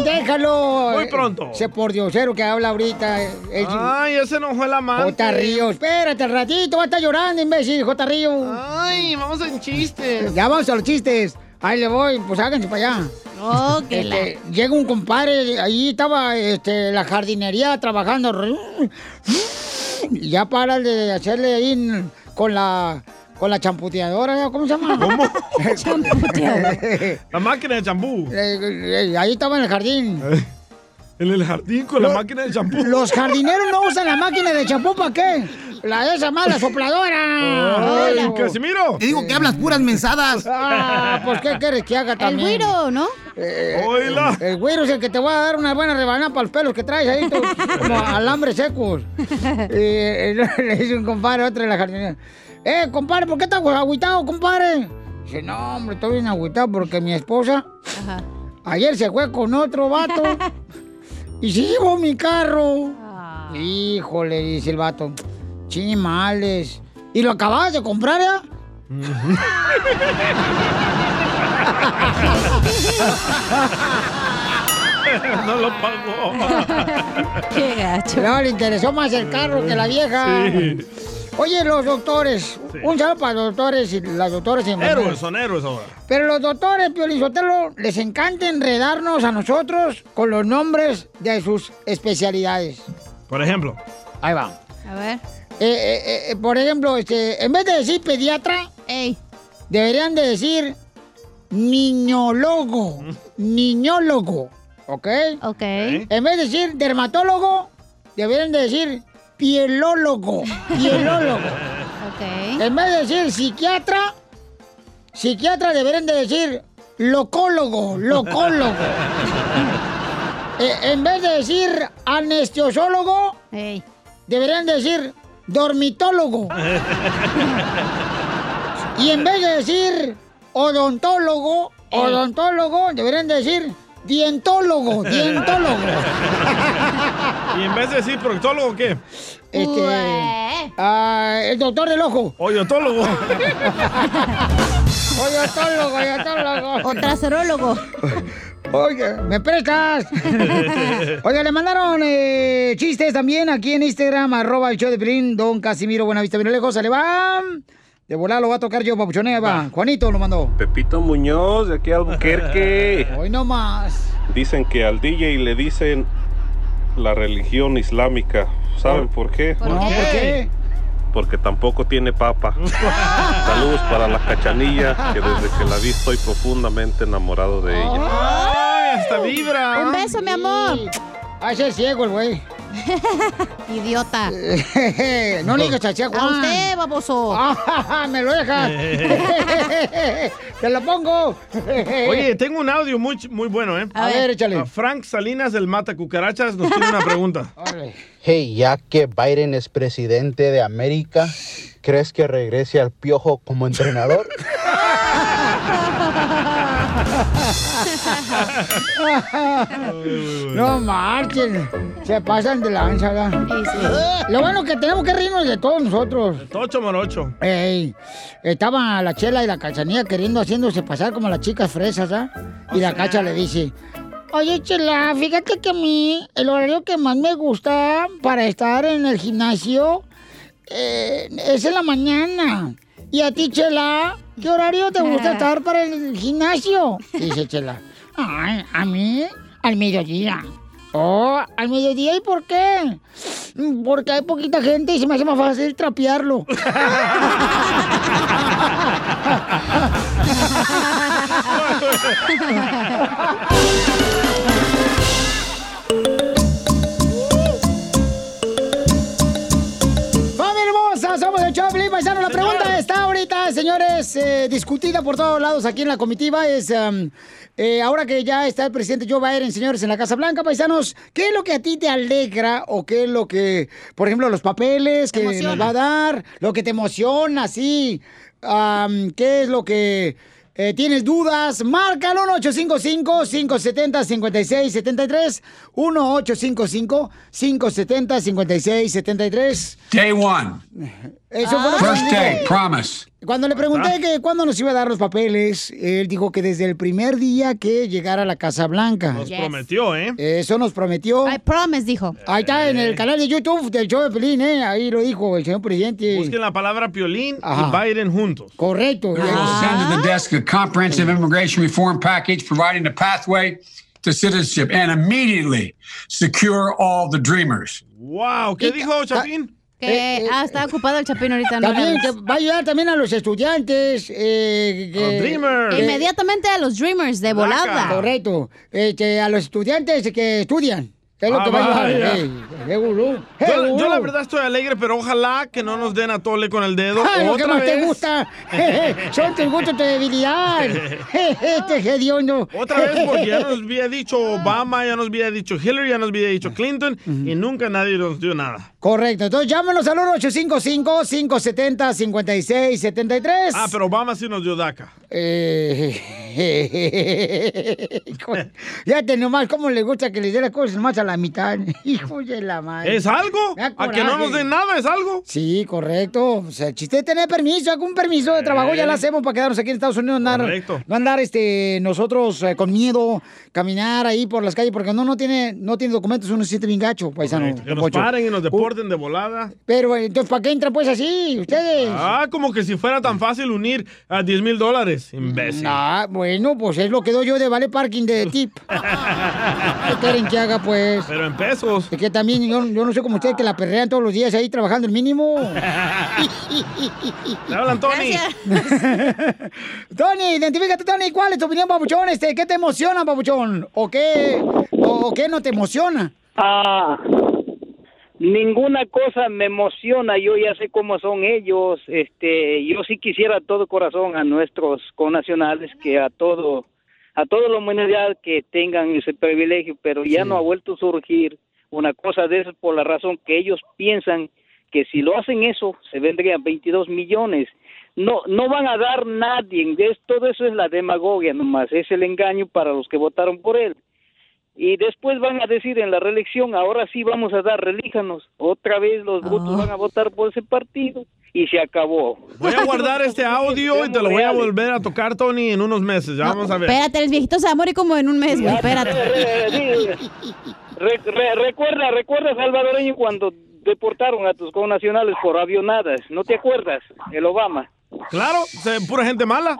Déjalo. Muy pronto. Se por diosero que habla ahorita. eh, Ay, ese no fue la mano. Jota Río, espérate un ratito, va a estar llorando, imbécil, Jota Río. Ay, vamos a un chiste. Ya vamos a los chistes. Ahí le voy, pues háganse para allá. Oh, que Este, Llega un compadre, ahí estaba este, la jardinería trabajando. Y ya para de hacerle ahí en- con la con la champuteadora, ¿cómo se llama? ¿Cómo? champuteadora. La máquina de champú. Eh. ahí estaba en el jardín. En el jardín con la máquina de champú. Los jardineros no usan la máquina de champú, ¿para qué? La esa mala sopladora. Ay, Hola. Casimiro. Te digo que hablas puras mensadas. Ah, pues ¿qué quieres que haga también? güiro, ¿no? Oila. El, el güiro es el que te va a dar una buena rebanada para los pelos que traes ahí, tú, como alambres secos. Y, eh, le dice un compadre, otro de la jardinera. Eh, compadre, ¿por qué estás agüitado, compadre? Dice, no, hombre, estoy bien agüitado porque mi esposa Ajá. ayer se fue con otro vato y se llevó mi carro. Híjole, dice el vato. Chimales. ¿Y lo acababas de comprar ¿eh? ya? No lo pagó. Qué gacho. No, le interesó más el carro que la vieja. Sí. Oye, los doctores. Un saludo para los doctores y las doctoras y Héroes, enfermeras. son héroes ahora. Pero los doctores, Piolizotelo, les encanta enredarnos a nosotros con los nombres de sus especialidades. Por ejemplo. Ahí va. A ver. Eh, eh, eh, por ejemplo, este, en vez de decir pediatra, deberían de decir niñólogo, niñólogo, ¿ok? Ok. En vez de decir dermatólogo, deberían de decir pielólogo, pielólogo. En vez de decir psiquiatra, psiquiatra deberían de decir locólogo, locólogo. Eh, en vez de decir anestesiólogo, deberían decir dormitólogo. Y en vez de decir odontólogo, odontólogo, deberían decir dientólogo, dientólogo. Y en vez de decir proctólogo, ¿qué? Este, ah, el doctor del ojo. Oyotólogo. Oyotólogo, oyotólogo. O traserólogo. Oye, ¿me prestas? Oiga, le mandaron eh, chistes también aquí en Instagram, arroba el show de Pelín, don Casimiro Buenavista, mira lejos, se le va. De volar lo va a tocar yo, papuchonea, va. Juanito lo mandó. Pepito Muñoz, de aquí a Albuquerque. Hoy no más. Dicen que al DJ le dicen la religión islámica. ¿Saben por qué? No, ¿por qué? Porque tampoco tiene papa. Saludos para la cachanilla, que desde que la vi estoy profundamente enamorado de ella. Ah. Ay, hasta vibra. Un beso, mi amor. Ay, se es ciego el güey. Idiota. no le digas a Chia A Juan. usted, baboso. me lo dejas. Te lo pongo. Oye, tengo un audio muy, ch- muy bueno, ¿eh? A ver, échale. A Frank Salinas del Mata Cucarachas nos tiene una pregunta. Hey, ya que Biden es presidente de América, ¿crees que regrese al piojo como entrenador? no marchen. Se pasan de lanza, ¿verdad? Lo bueno que tenemos que reírnos de todos nosotros. Tocho morocho. Ey, estaba la chela y la cachanilla queriendo haciéndose pasar como las chicas fresas, ¿ah? Y la cacha le dice, oye chela, fíjate que a mí el horario que más me gusta para estar en el gimnasio eh, es en la mañana. Y a ti chela, ¿qué horario te gusta estar para el gimnasio? Dice chela, ay, a mí al mediodía. Oh, al mediodía, ¿y por qué? Mm, Porque hay poquita gente y se me hace más fácil trapearlo. ¡Familia hermosa! Somos el Choplin, paisano. La pregunta está ahorita, señores, eh, discutida por todos lados aquí en la comitiva. Es em, eh, ahora que ya está el presidente Joe Biden, señores, en la Casa Blanca, paisanos, ¿qué es lo que a ti te alegra o qué es lo que, por ejemplo, los papeles que nos va a dar, lo que te emociona, sí? Am, ¿Qué es lo que eh, ¿Tienes dudas? Márcalo 1-855-570-5673. 1-855-570-5673. Day one. Eso fue lo que First dije. day, promise. Cuando le pregunté que cuándo nos iba a dar los papeles, él dijo que desde el primer día que llegara a la Casa Blanca. Nos prometió, ¿eh? Eso nos prometió. I promise, dijo. Ahí está, en el canal de YouTube del show de Pelín, ¿eh? Ahí lo dijo el señor presidente. Busquen la palabra Piolín y Ajá. Biden juntos. Correcto. Eh, Send to the desk a comprehensive immigration reform package providing a pathway to citizenship and immediately secure all the dreamers. Wow, ¿qué dijo Chapín? Que, ah, está ocupado el Chapín ahorita. no eh, También la que ves. va a ayudar también a los estudiantes. eh, que- Los Dreamers. Inmediatamente a los Dreamers, de volada. Correcto. Este, a los estudiantes que estudian. Es lo Ah, que va a ayudar. vaya. Ey, eh, gurú. Eh, Yo, yo gurú. la verdad estoy alegre, pero ojalá que no nos den a tole con el dedo Ah, lo que otra más te vez. gusta. Eh, eh, Son tus gustos, tu debilidad. Eh, Este hediondo. Otra vez porque ya nos había dicho Obama, ya nos había dicho Hillary, ya nos había dicho Clinton y nunca nadie nos dio nada. Correcto. Entonces llámanos al 1-855-570-5673. Ah, pero Obama sí nos dio DACA. Eh, hijo, ya te nomás cómo le gusta que le dé las cosas más a la mitad. Hijo de la madre. ¿Es algo? Me da ¿A que no coraje. nos den nada es algo? Sí, correcto. O sea, el chiste es tener permiso, algún permiso de trabajo, ya lo hacemos para quedarnos aquí en Estados Unidos, no andar, Correcto. no andar este, nosotros eh, con miedo, caminar ahí por las calles, porque no, no tiene, no tiene documentos, uno se siente bien gacho, paisano. Correcto, Que don nos Poncho. paren y nos deporten de volada. Pero eh, entonces, ¿para qué entra pues así? Ustedes. Ah, como que si fuera tan fácil unir a 10 mil dólares, imbécil. Ah, bueno, pues es lo que doy yo de vale parking de tip. ¿Qué quieren que haga, pues? Pero en pesos. Es que también yo, yo no sé como ustedes que la perrean todos los días ahí trabajando el mínimo. Te hablan, Tony. Tony, identifícate, Tony. ¿Cuál es tu opinión, papuchón? Este, ¿Qué te emociona, papuchón? ¿O qué, o, o qué no te emociona? Ah, ninguna cosa me emociona, yo ya sé cómo son ellos, este, yo sí quisiera a todo corazón a nuestros connacionales que a todo, a toda la humanidad que tengan ese privilegio, pero ya no ha vuelto a surgir una cosa de eso por la razón que ellos piensan que si lo hacen eso se vendrían 22 millones. No, no van a dar nadie, es- todo eso es la demagogia nomás, es el engaño para los que votaron por él y después van a decir en la reelección, ahora sí vamos a dar, relíjanos. Otra vez los votos van a votar por ese partido y se acabó. Voy a guardar este audio y te lo voy a Reales. volver a tocar, Tony, en unos meses. Ya vamos a ver. Espérate, el viejito se va a morir como en un mes, güey. Espérate. Re- re- recuerda, recuerda, salvadoreño, cuando deportaron a tus connacionales por avionadas, ¿no te acuerdas? El Obama. Claro, se- pura gente mala.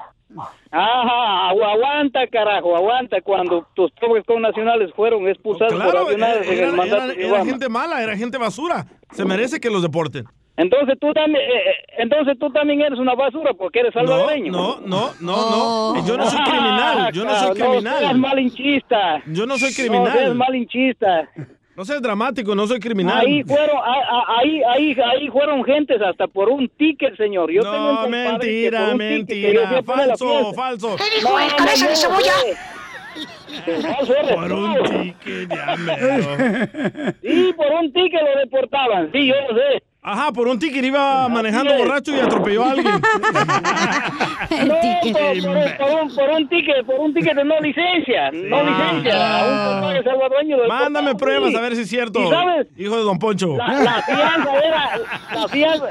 Ajá, agu- aguanta, carajo, aguanta, cuando tus pobres connacionales fueron expulsados por Claro, era, avionadas en el era- mandato era- de era Obama. gente mala, era gente basura. Se merece que los deporten. Entonces tú también, eh, eh, entonces tú también eres una basura porque eres salvadoreño. No, no, no, no. Yo no soy criminal. Yo no soy No seas criminal. malinchista. Yo no soy No seas criminal. malinchista. No seas dramático, no soy criminal. Ahí fueron, a- a- ahí, ahí, ahí fueron gentes hasta por un ticket, señor. Yo tengo un No, compadre que mentira, por un ticket que yo fui a mentira. poner a la Falso, fiesta. falso. ¿Qué dijo el No, cabeza no, de no, cebolla? Falso eres, Por un falso. ticket, ya mero. Sí, por un ticket lo deportaban. Sí, yo lo sé. Ajá, por un ticket iba manejando es. borracho y atropelló a alguien. No, por, por un- por un, por un ticket, por un ticket de no licencia. No licencia. A un compadre salvadoreño lo Ah. Mándame deportaron, pruebas sí. a ver si es cierto. ¿Y sabes? Hijo de Don Poncho. La, la fianza era, la fianza.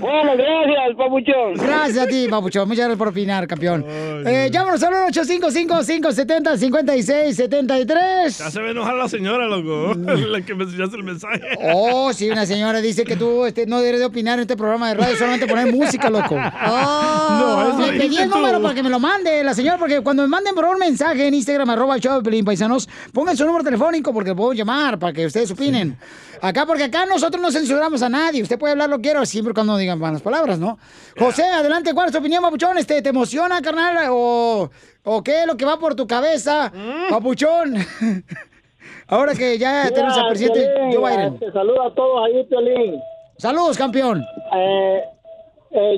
bueno, gracias. papuchón. Gracias a ti, papuchón. Muchas gracias por opinar, campeón. Eh, llámanos al 855-570-5673. Ya se ve enojar la señora, loco. Mm. la que me enseñaste el mensaje. Oh, sí, una señora dice que tú este, no debes de opinar en este programa de radio, solamente poner música, loco. No, eso Le pedí dijiste el número tú. para que me lo mande la señora, porque cuando me manden por un mensaje en Instagram, arroba el show de Pelín Paisanos, pongan su número telefónico porque lo puedo llamar para que ustedes opinen. Acá, porque acá nosotros no censuramos a nadie. Usted puede hablar lo que quiera, siempre y cuando no digan malas palabras, ¿no? José, adelante, ¿cuál es tu opinión, Papuchón? Este, ¿Te emociona, carnal? ¿O, o qué es lo que va por tu cabeza, Mm. Papuchón? Ahora que ya Mira, tenemos al presidente Piolín, Joe Biden. eh, Te saludo a todos ahí, Piolín. Saludos, campeón. Eh,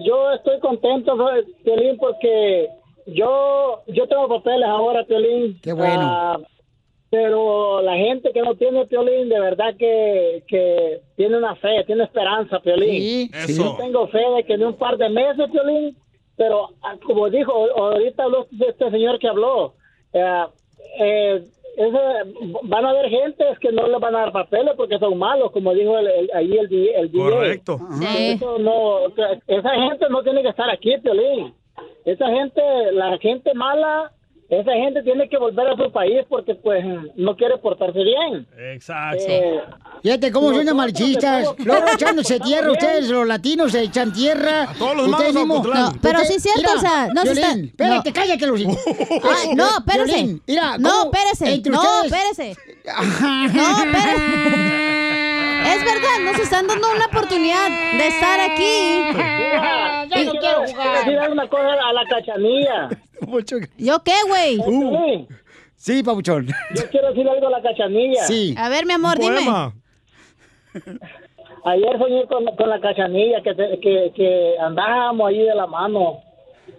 yo estoy contento, fe- Piolín, porque yo, yo tengo papeles ahora, Piolín. Qué bueno. Ah, pero la gente que no tiene Piolín, de verdad que, que tiene una fe, tiene esperanza, Piolín. Sí, sí. Yo tengo fe de que en un par de meses, Piolín, pero ah, como dijo, ahorita habló este señor que habló, eh, eh, ese- van a haber gentes que no les van a dar papeles porque son malos, como dijo el, el- ahí el, di- el DJ. Correcto. Sí. Eso no, esa gente no tiene que estar aquí, Piolín. Esa gente, la gente mala, esa gente tiene que volver a su país porque pues no quiere portarse bien. Ah, Exacto. Eh, Fíjate cómo son de marchistas. nosotros Luego estamos- echándose tierra, estamos bien. ustedes, los latinos, se echan tierra. todos los ustedes malos a mismos- Ocotlán. No, pero sí es cierto, mira, o sea, no se está- Violín, Espérate, no. cállate, Lucy. Ah, no, espérese. Violín, mira, No, ¿cómo espérese. entre No, ustedes- espérese. No, espérate. Es verdad, nos están dando una oportunidad de estar Mira, aquí. yo quiero decir alguna cosa a la cachanilla. ¿Yo qué, güey? Uh. Sí, papuchón. Yo quiero decir algo a la cachanilla. A ver, mi amor, dime. Ayer soñé con, con la cachanilla que, te- que, que andábamos ahí de la mano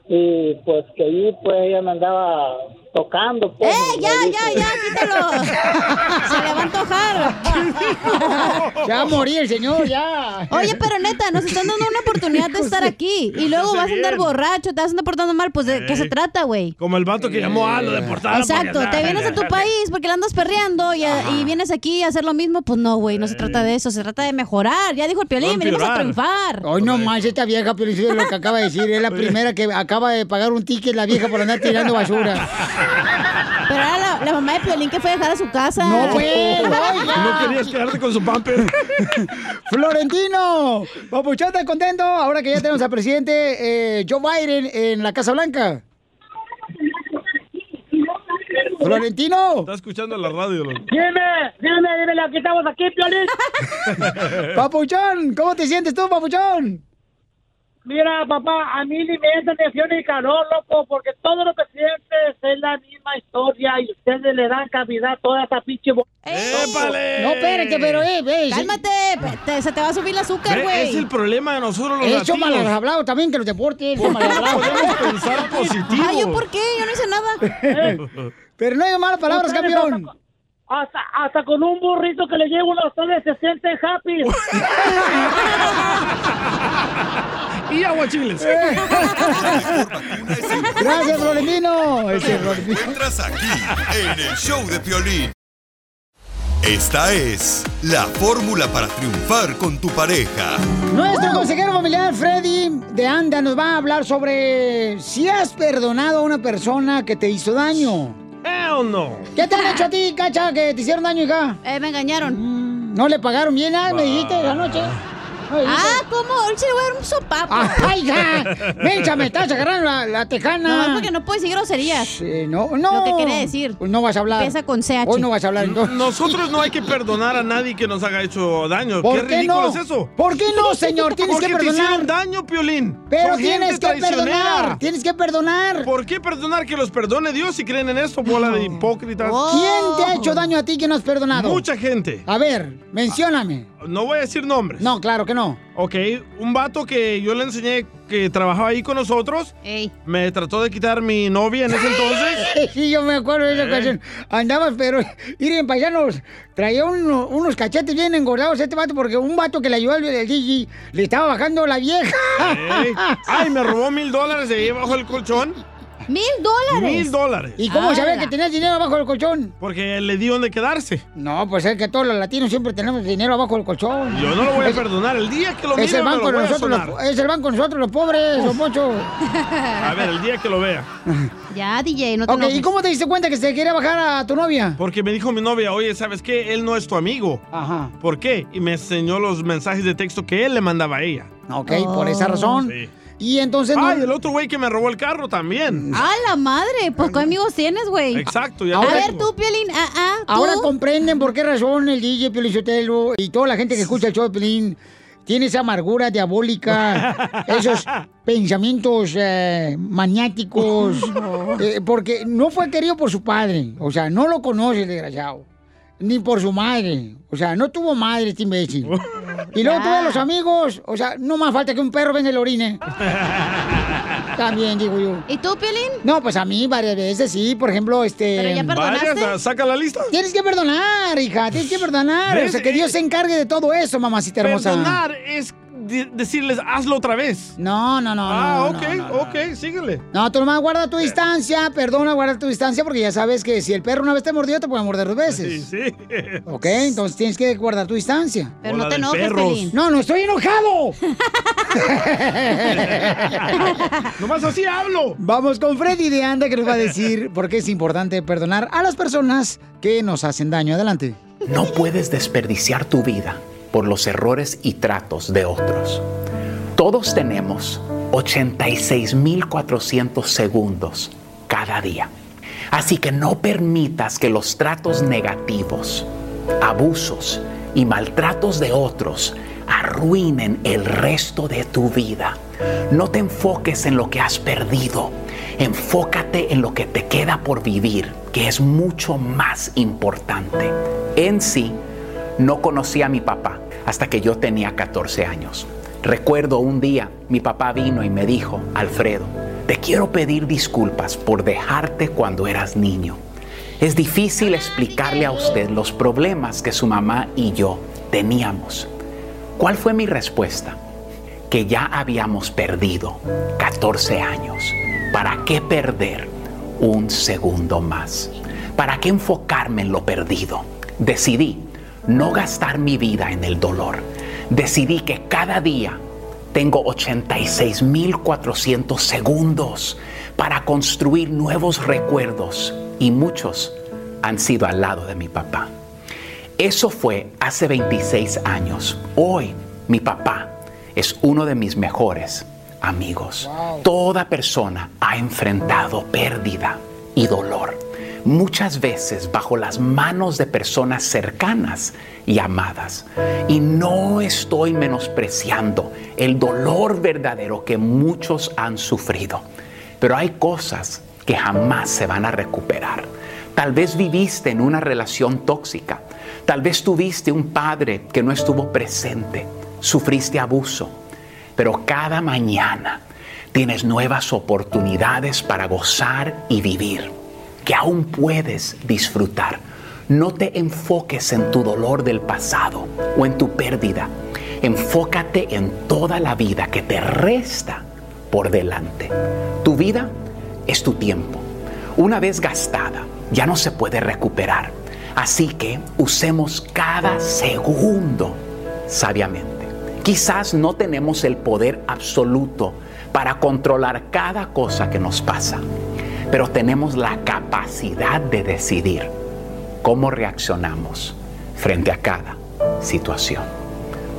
y pues que ahí pues ella me andaba tocando. Pues, ¡Eh, ya, ya, ya! ¡Quítalo! Se le va a antojar. Ya va a morir el señor, ya. Oye, pero neta, nos están dando una oportunidad de estar aquí. Y luego vas a andar borracho, te vas a andar portando mal. Pues, ¿de qué se trata, güey? Como el vato que llamó a lo deportado. Mm. Exacto, te vienes a tu país porque la andas perreando y, a- y vienes aquí a hacer lo mismo. Pues no, güey, no se trata Eh. de eso, se trata de mejorar. Ya dijo el No piolín, venimos a empeorar. triunfar. Hoy no más, esta vieja, pero eso es lo que acaba de decir. Es la primera que acaba de pagar un ticket la vieja por andar tirando basura. Pero ahora la, la mamá de Piolín que fue a dejar a su casa. No, pues, oiga. No querías quedarte con su pamper. Florentino, papuchón, ¿estás contento ahora que ya tenemos al presidente eh, Joe Biden en la Casa Blanca? Florentino. Está escuchando la radio, loco. Dime, dime, dime, aquí estamos aquí, Piolín. Papuchón, ¿cómo te sientes tú, Papuchón? Mira, papá, a mí ni me entra ni frío ni calor, loco, porque todos los presidentes es la misma historia y ustedes le dan cavidad toda esta pinche... bo- Eh, No, espérate, pero eh, eh. Cálmate, pe- te- se te va a subir el azúcar, Ve, güey. Es el problema de nosotros los He hecho latinos. mal hablado también que los deportes. ¿Por qué no malhablado. podemos pensar positivo? Eh. Ay, ¿yo por qué? Yo no hice nada. Pero no hay malas palabras, Ustedes campeón. Hasta, hasta con un burrito que le llevo uno a ustedes se sienten happy. Y aguachiles. Eh. Gracias, Florentino. Este, Florentino. Encuentras aquí en el show de Piolín. Esta es la fórmula para triunfar con tu pareja. Nuestro consejero familiar Freddy de Anda nos va a hablar sobre si has perdonado a una persona que te hizo daño. Hell ¿Eh no. ¿Qué te han hecho a ti, cacha, que te hicieron daño, hija? Eh, me engañaron. ¿No le pagaron bien? Ah, me dijiste la noche. Ah, ¿cómo? Ahorita le voy a dar un sopapo. Ah, ¡Ay, hija! Mencha, me estás agarrando la, la tejana. Nomás porque no puedes decir groserías. Sí, no, Lo no. que quería decir. No vas a hablar. Empieza con CH. Hoy no vas a hablar, entonces. Nosotros no hay que perdonar a nadie que nos haga hecho daño. ¿Por qué qué ridículo no? es eso? ¿Por qué no, señor? Tienes Porque que te hicieron perdonar. daño, Piolín. Pero Son gente tienes que traicionera. perdonar. Tienes que perdonar. ¿Por qué perdonar que los perdone Dios si creen en esto, bola de hipócritas? ¿Quién te Oh. ha hecho daño a ti que no has perdonado? Mucha gente. Ah, A ver, mencióname. No voy a decir nombres. No, claro que no. Ok, un vato que yo le enseñé que trabajaba ahí con nosotros. Me trató de quitar mi novia en ese entonces. Sí, yo me acuerdo de esa ¿Eh? ocasión. Andabas, pero, miren, paisanos, traía uno- unos cachetes bien engordados este vato, porque un vato que le ayudó al al DJ le estaba bajando la vieja. Ey. Ay, me robó mil dólares de ahí bajo el colchón. ¡Mil dólares! Mil dólares. ¿Y cómo sabía que tenías dinero abajo del colchón? Porque le di donde quedarse. No, pues es que todos los latinos siempre tenemos dinero abajo del colchón. Yo no lo voy a Es- perdonar. El día que lo mire, Es el me banco lo de voy a nosotros, sonar. los, es el banco de nosotros los pobres, don Poncho. A ver, el día que lo vea. Ya, DJ, no te Ok, ¿y enojes. cómo te diste cuenta que se quería bajar a tu novia? Porque me dijo mi novia, oye, ¿sabes qué? Él no es tu amigo. Ajá. ¿Por qué? Y me enseñó los mensajes de texto que él le mandaba a ella. Ok, por Oh. esa razón. Sí. Y entonces no- Mm. Ay, el otro güey que me robó el carro también. ¡Ah, la madre! Pues, ¿qué amigos tienes, güey? Exacto, ya A lo ver, tengo. tú, Piolín, ah, ah, tú. Ahora comprenden por qué razón el DJ Piolichotelo y toda la gente que escucha el show de Piolín tiene esa amargura diabólica, esos pensamientos eh, maniáticos, eh, porque no fue querido por su padre, o sea, no lo conoce el desgraciado, ni por su madre, o sea, no tuvo madre este imbécil. Y luego tuvo a los amigos, o sea, no más falta que un perro venga y lo orine. También digo yo. ¿Y tú, Piolín? No, pues a mí varias veces sí, por ejemplo, este... Pero ya perdonaste. Varias, saca la lista. Tienes que perdonar, hija, tienes que perdonar. ¿Ves? O sea, que Dios se encargue de todo eso, mamacita hermosa. Perdonar es de- decirles, hazlo otra vez. No, no, no. Ah, no, ok, no, no, ok, síguele. No, tú nomás guarda tu distancia, perdona, guarda tu distancia, porque ya sabes que si el perro una vez te mordió, te puede morder dos veces. Pues Sí, sí. Ok, entonces tienes que guardar tu distancia. Pero no Bola te de enojes, perros. Pelín. No, no estoy enojado. Nomás así hablo. Vamos con Freddy de Anda que nos va a decir por qué es importante perdonar a las personas que nos hacen daño. Adelante. No puedes desperdiciar tu vida por los errores y tratos de otros. Todos tenemos 86.400 segundos cada día. Así que no permitas que los tratos negativos, abusos y maltratos de otros arruinen el resto de tu vida. No te enfoques en lo que has perdido. Enfócate en lo que te queda por vivir, que es mucho más importante. En sí, no conocí a mi papá hasta que yo tenía 14 años. Recuerdo un día, mi papá vino y me dijo, Alfredo, te quiero pedir disculpas por dejarte cuando eras niño. Es difícil explicarle a usted los problemas que su mamá y yo teníamos. ¿Cuál fue mi respuesta? Que ya habíamos perdido 14 años. ¿Para qué perder un segundo más? ¿Para qué enfocarme en lo perdido? Decidí no gastar mi vida en el dolor. Decidí que cada día tengo 86.400 segundos para construir nuevos recuerdos y muchos han sido al lado de mi papá. Eso fue hace 26 años. Hoy mi papá es uno de mis mejores amigos. Toda persona ha enfrentado pérdida y dolor, muchas veces bajo las manos de personas cercanas y amadas. Y no estoy menospreciando el dolor verdadero que muchos han sufrido, pero hay cosas que jamás se van a recuperar. Tal vez viviste en una relación tóxica. Tal vez tuviste un padre que no estuvo presente. Sufriste abuso. Pero cada mañana tienes nuevas oportunidades para gozar y vivir, que aún puedes disfrutar. No te enfoques en tu dolor del pasado o en tu pérdida. Enfócate en toda la vida que te resta por delante. Tu vida es tu tiempo. Una vez gastada, ya no se puede recuperar. Así que usemos cada segundo sabiamente. Quizás no tenemos el poder absoluto para controlar cada cosa que nos pasa, pero tenemos la capacidad de decidir cómo reaccionamos frente a cada situación.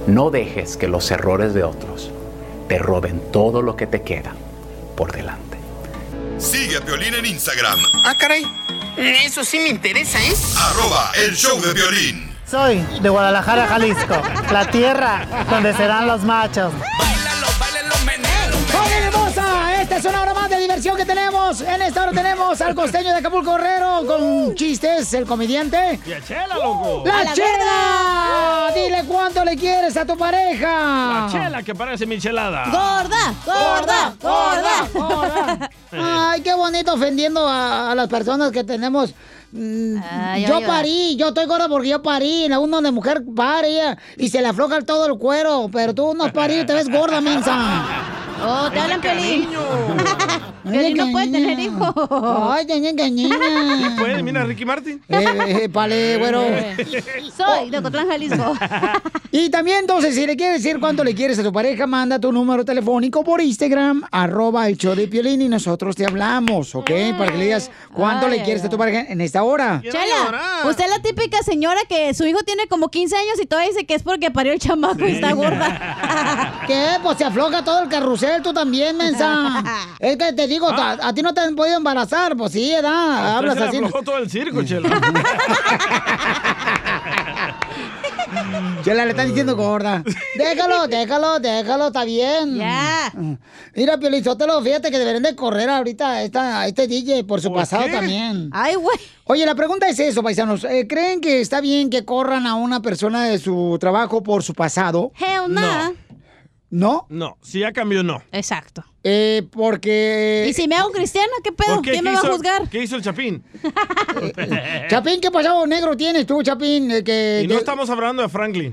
No dejes que los errores de otros te roben todo lo que te queda por delante. Sigue a Piolín en Instagram, Ah, caray. Eso sí me interesa, ¿eh? arroba el show de Piolín. Soy de Guadalajara, Jalisco, la tierra donde serán los machos. ¡Familia hermosa! Esta es una hora más de diversión que tenemos. En esta hora tenemos al costeño de Acapulco Herrero con chistes, el comediante. Y a Chela, loco. Uh, ¡La, chela! Dile cuánto le quieres a tu pareja. La Chela, que parece michelada. Gorda, gorda, gorda, gorda. Ay, qué bonito ofendiendo a, a las personas que tenemos. Mm, Ay, yo oiga. parí, yo estoy gorda porque yo parí. La uno de mujer paría y se le afloja el- todo el cuero. Pero tú no has parido y te ves gorda, mensa. Oh, te hablan Piolín. Piolín no puede tener hijos. Ay, niña, que niña. Pues, mira, Ricky Martin. Eh, eh, pale, güero. Oh. Soy de Ocotlán, Jalisco. Y también, entonces, si le quieres decir cuánto le quieres a tu pareja, manda tu número telefónico por Instagram, arroba el show de Piolín, y nosotros te hablamos, ¿ok? Para que le digas cuánto Ay, le quieres a tu pareja en esta hora. Chela, usted es la típica señora que su hijo tiene como 15 años y todavía dice que es porque parió el chamaco y está gorda. ¿Qué? Pues se afloja todo el carrusel, tú también, mensa. Es que te digo, Ah. a, a ti no te han podido embarazar, pues sí, edad, hablas así. aflojó todo el circo, chela. Chela, le están diciendo gorda. Déjalo, déjalo, déjalo, está bien. Ya. Mira, Piolín Sotelo, fíjate que deberían de correr ahorita a, esta- a este DJ por su pasado qué? también. Ay, güey. Oye, la pregunta es eso, paisanos. Eh, ¿Creen que está bien que corran a una persona de su trabajo por su pasado? Hell nah. ¿No? No, si ya cambió, no. Exacto. Eh, porque... ¿Y si me hago cristiana? ¿Qué pedo? ¿Por qué? ¿Quién me ¿Qué va a hizo- juzgar? ¿Qué hizo el Chapín? Chapín, ¿qué pasado negro tienes tú, Chapín? Eh, que Y no de- estamos hablando de Franklin.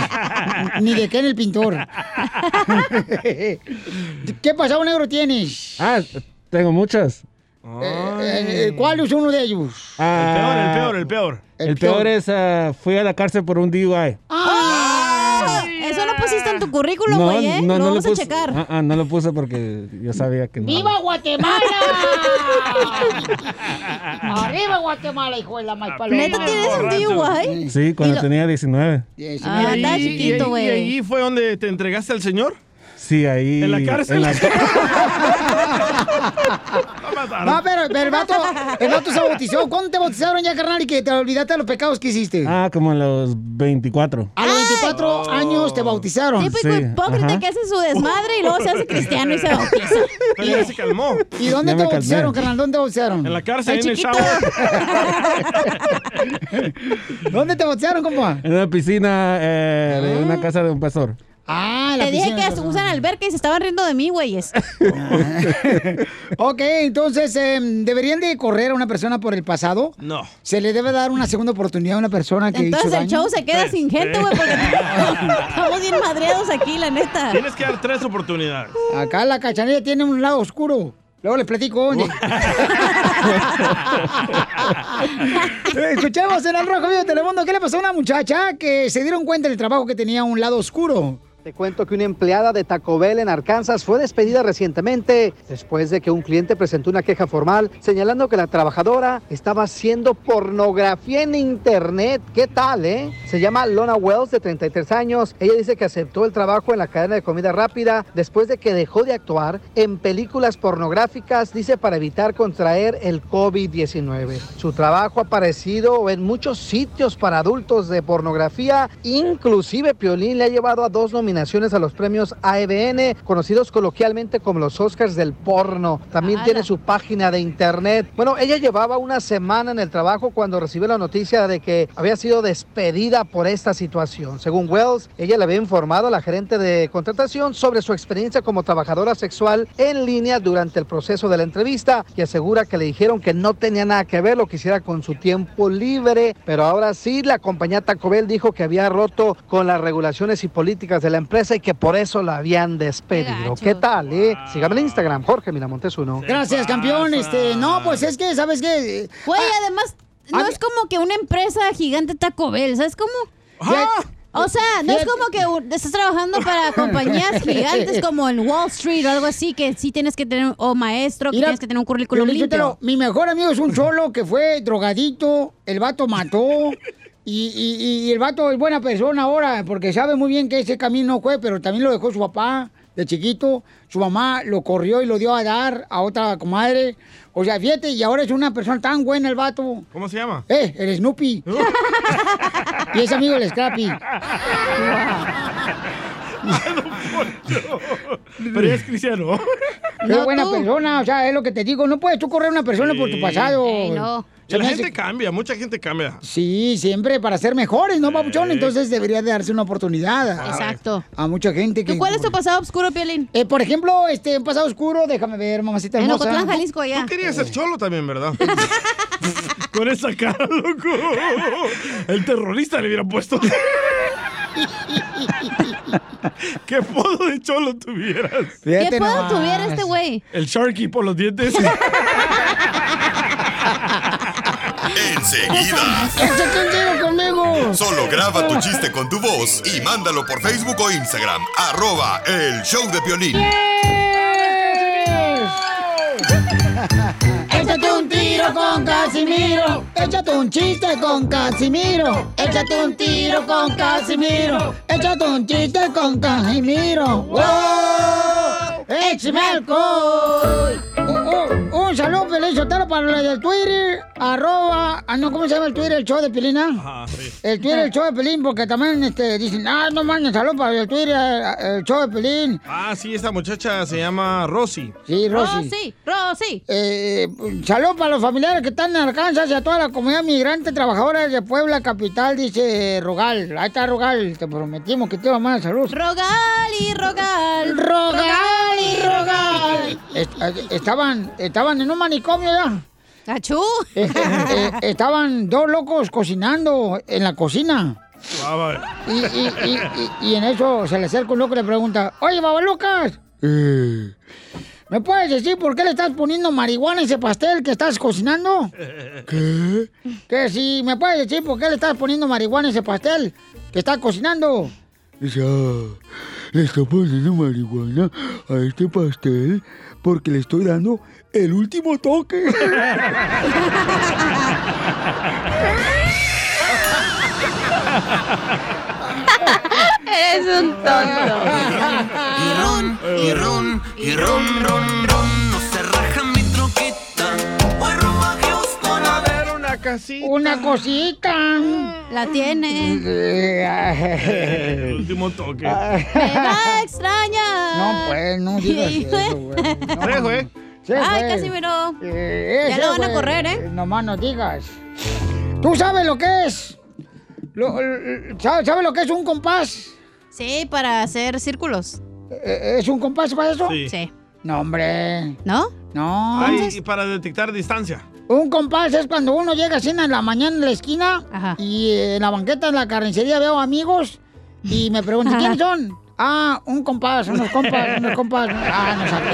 Ni de qué en el pintor. ¿Qué pasado negro tienes? Ah, tengo muchas. Eh, eh, ¿Cuál es uno de ellos? Ah, el peor. El peor es, ah, fui a la cárcel por un DUI. Ah, Eso no pusiste en tu currículum, güey, ¿eh? lo le vamos a puse- checar. Ah, ah, no lo puse porque yo sabía que no. ¡Viva Guatemala! ¡Arriba Guatemala, hijo de la más paloma! ¿Neta tienes un DUI? Sí, cuando Mira. tenía 19. Ah, Y está ahí- chiquito, y ahí- güey. ¿Y ahí fue donde te entregaste al señor? Sí, ahí. ¿En la cárcel? en la- No, pero, pero el vato, el vato se bautizó. ¿Cuándo te bautizaron ya, carnal? Y que te olvidaste de los pecados que hiciste. ah, como en los 24. A los 24 años te bautizaron. Típico Sí, pues, hipócrita ajá. que hace su desmadre y luego se hace cristiano y se bautiza. Pero ya se calmó. ¿Y dónde Ya me te calmé. bautizaron, carnal? ¿Dónde te bautizaron? En la cárcel, Ay, en el chiquito. ¿Dónde te bautizaron, compa? En una piscina eh, de una casa de un pastor. Ah, Te dije que se usan alberca y se estaban riendo de mí, güeyes. Ok, entonces, eh, ¿deberían de correr a una persona por el pasado? No. ¿Se le debe dar una segunda oportunidad a una persona que Entonces hizo el show se Pues, queda sin gente, güey, porque estamos bien madreados aquí, la neta. Tienes que dar tres oportunidades. Acá la cachanilla tiene un lado oscuro. Luego les platico. oye. Escuchemos en el Rojo Vivo de Telemundo. ¿Qué le pasó a una muchacha que se dieron cuenta del trabajo que tenía un lado oscuro? Te cuento que una empleada de Taco Bell en Arkansas fue despedida recientemente después de que un cliente presentó una queja formal señalando que la trabajadora estaba haciendo pornografía en internet. ¿Qué tal, eh? Se llama Lona Wells de 33 años. Ella dice que aceptó el trabajo en la cadena de comida rápida después de que dejó de actuar en películas pornográficas, dice para evitar contraer el COVID-19. Su trabajo ha aparecido en muchos sitios para adultos de pornografía, inclusive Piolín le ha llevado a dos nominaciones a los premios AEBN, conocidos coloquialmente como los Oscars del porno. También ¡Hala! tiene su página de internet. Bueno, ella llevaba una semana en el trabajo cuando recibió la noticia de que había sido despedida por esta situación. Según Wells, ella le había informado a la gerente de contratación sobre su experiencia como trabajadora sexual en línea durante el proceso de la entrevista y asegura que le dijeron que no tenía nada que ver lo que hiciera con su tiempo libre. Pero ahora sí, la compañía Taco Bell dijo que había roto con las regulaciones y políticas de la empresa y que por eso la habían despedido. ¿Qué tal, eh? Sígame en Instagram, Jorge Miramontes uno. Gracias, campeón. Este, no, pues es que, ¿sabes qué? Ah, Güey, además, no es como que una empresa gigante Taco Bell, ¿sabes cómo? Ah. O sea, no es como que un- estás trabajando para compañías gigantes como el Wall Street o algo así, que sí tienes que tener, o maestro, que Mira, tienes que tener un currículum Piolín Sotelo, limpio. mi mejor amigo es un cholo que fue drogadito, el vato mató. Y, y- y el vato es buena persona ahora, porque sabe muy bien que ese camino fue, pero también lo dejó su papá de chiquito. Su mamá lo corrió y lo dio a dar a otra comadre. O sea, fíjate, y ahora es una persona tan buena el vato. ¿Cómo se llama? Eh, el Snoopy. y es amigo del Scrappy. Pero ya es cristiano. Pero buena persona, o sea, es lo que te digo. No puedes tú correr a una persona por tu Sí. pasado. Y Se la me hace gente cambia, mucha gente cambia. Sí, siempre para ser mejores, ¿no, papuchón? Entonces debería de darse una oportunidad. a- Exacto. A, mucha gente que... ¿Cuál es tu pasado oscuro, Piolín? Eh, por ejemplo, este, un pasado oscuro, déjame ver, mamacita En hermosa. Ocotlán, Jalisco, allá. Tú querías ser cholo también, ¿verdad? Con esa cara, loco. El terrorista le hubiera puesto. ¿Qué podo de cholo tuvieras? ¿Qué puedo tuviera este güey? El Sharky por los dientes. Enseguida. ¡Échate un tiro conmigo! Solo graba tu chiste con tu voz y mándalo por Facebook o Instagram. Arroba el show de Piolín. Échate un tiro con Casimiro. Échate un chiste con Casimiro. Échate un tiro con Casimiro. Échate un chiste con Casimiro. ¡Wow! ¡Échame alcohol! Un- un- Un saludo, Pelín Sotelo, para los del Twitter, arroba, ah, no, ¿cómo se llama el Twitter? El show de Pelina. El Twitter, el show de Pelín, porque también este, dicen, ah, no mames, saludos para el Twitter, eh, el show de Pelín. Ah, sí, esta muchacha se llama Rosy. Sí, Rosy. Oh, Rosy. Eh, saludos para los familiares que están en Arkansas y a toda la comunidad migrante trabajadora de Puebla Capital, dice eh, Rogal. Ahí está Rogal, te prometimos que te iba a mandar saludos. Rogal y Rogal. Rogal y Rogal. Est- eh, estaban, estaban en un manicomio ya. ¡Achú! eh, estaban dos locos cocinando en la cocina. Ah, Y, y- y- y- y en eso se le acerca un loco y le pregunta, oye, Babalucas, Eh, ¿me puedes decir por qué le estás poniendo marihuana a ese pastel que estás cocinando? ¿Qué? Que si me puedes decir por qué le estás poniendo marihuana a ese pastel que estás cocinando. Dice, "Ah, le estoy poniendo marihuana a este pastel porque le estoy dando el último toque. Eres un tonto. Y ron, y ron, y ron, ron, ron. No se raja mi troquita. Voy rumbo a Houston a ver una casita. Una cosita. La tiene. El último toque. Me va a extrañar. No, pues, no digas eso, güey. No, Se fue. Se Ay, fue. Casimiro. Eh, ya se lo van a fue. correr, ¿eh? Nomás no digas. ¿Tú sabes lo que es? Lo- l- ¿Sabes sabes lo que es un compás? Eh, Sí, para hacer círculos. ¿Es un compás para eso? Sí. No, hombre. ¿No? No. Ay, y para detectar distancia. Un compás es cuando uno llega así en la mañana en la esquina y eh, en la banqueta en la carnicería veo amigos y me preguntan, ¿quiénes son? Ah, un compás, unos compas, unos compas. Ah, no sabía.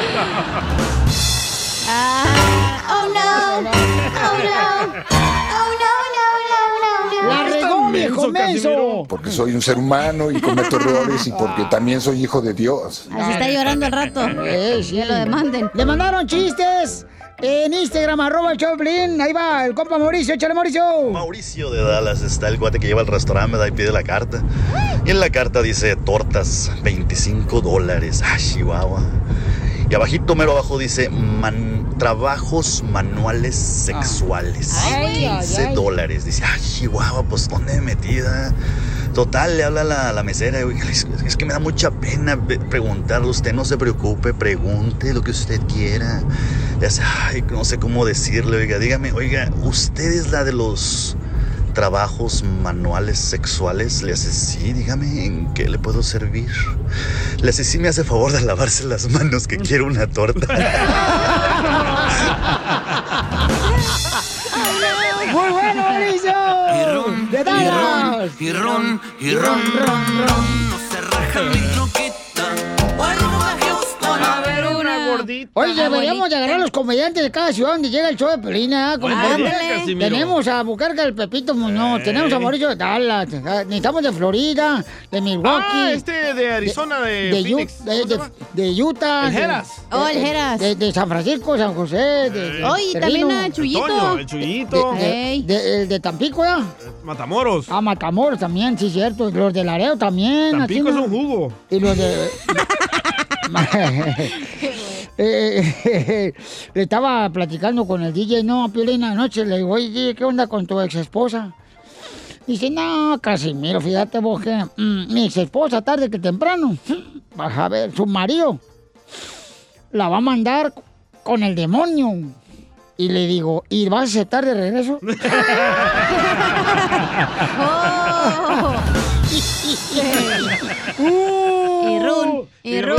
Ah, oh no. Oh no. Oh no, no, no, no, no. La regó, viejo menso. Porque soy un ser humano y cometo errores y porque también soy hijo de Dios. Así está llorando el rato. Que lo demanden. Eh, Le mandaron chistes en Instagram, arroba el Choplin. Ahí va el compa Mauricio, échale Mauricio. Mauricio de Dallas está el cuate que lleva al restaurante ¿verdad? y pide la carta. Y en la carta dice tortas, 25 dólares. Ah, Chihuahua. Y abajito, mero abajo dice "Man- trabajos manuales sexuales. Ah. Ay, ay, 15 ay. dólares. Dice, ah, Chihuahua, pues ¿dónde me metida? Total, le habla la, la mesera. güey, Es, es que me da mucha pena pe- preguntarle. Usted no se preocupe, pregunte lo que usted quiera. Ya sé, ay, no sé cómo decirle. Oiga, dígame, oiga, ¿usted es la de los trabajos manuales sexuales? Le hace, sí, dígame, ¿en qué le puedo servir? Le hace, sí, me hace favor de lavarse las manos, que quiero una torta. Oh, Muy bueno, Mauricio. De Dallas. Y ron, y ron, ron, ron. No se raja mi troquita. Voy rumbo a Houston a ver una gordita. Oye, deberíamos de agarrar a los comediantes de cada ciudad donde llega el show de Pelina. ¿eh? Como Buena por ejemplo, idea, Casimiro. tenemos a Bucarca el Pepito Muñoz, Eh. tenemos a Mauricio de Dallas, ah, necesitamos de Florida, de Milwaukee. Ah, este de Arizona, de de, Phoenix. Ut- de- de- de Utah. El de- Heras. de- Oh, el de- Heras. De, de San Francisco, San José. De, Oh, y también a Chuyito. Antonio, el Chuyito. De, de- de- el de Tampico, ¿ya? Matamoros. Ah, Matamoros también, sí, cierto. Los de Lareo también. Tampico así, es ¿no? un jugo. Y los de... Eh, eh, le estaba platicando con el DJ, no, Piolina, anoche le digo, oye, DJ, ¿qué onda con tu ex esposa? Dice, no, Casimiro, fíjate vos que mm, mi ex esposa, tarde que temprano, vas a ver, su marido la va a mandar con el demonio. Y le digo, ¿y vas a aceptar de regreso? Oh. Y ron, y ron.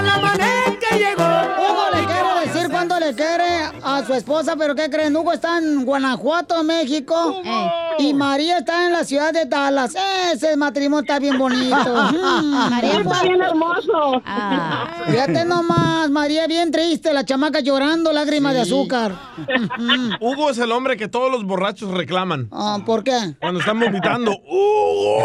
la manera en que llegó. Hugo le quiere decir cuánto le quiere a su esposa, pero ¿qué creen? Hugo está en Guanajuato, México. Y María está en la ciudad de Dallas. Ese matrimonio está bien bonito. Mm, Ah. María está bien hermoso. Fíjate nomás, María bien triste, la chamaca llorando, lágrimas de Sí. azúcar. Hugo es el hombre que todos los borrachos reclaman. Ah, ¿Por qué? Cuando están vomitando. ¡Uh!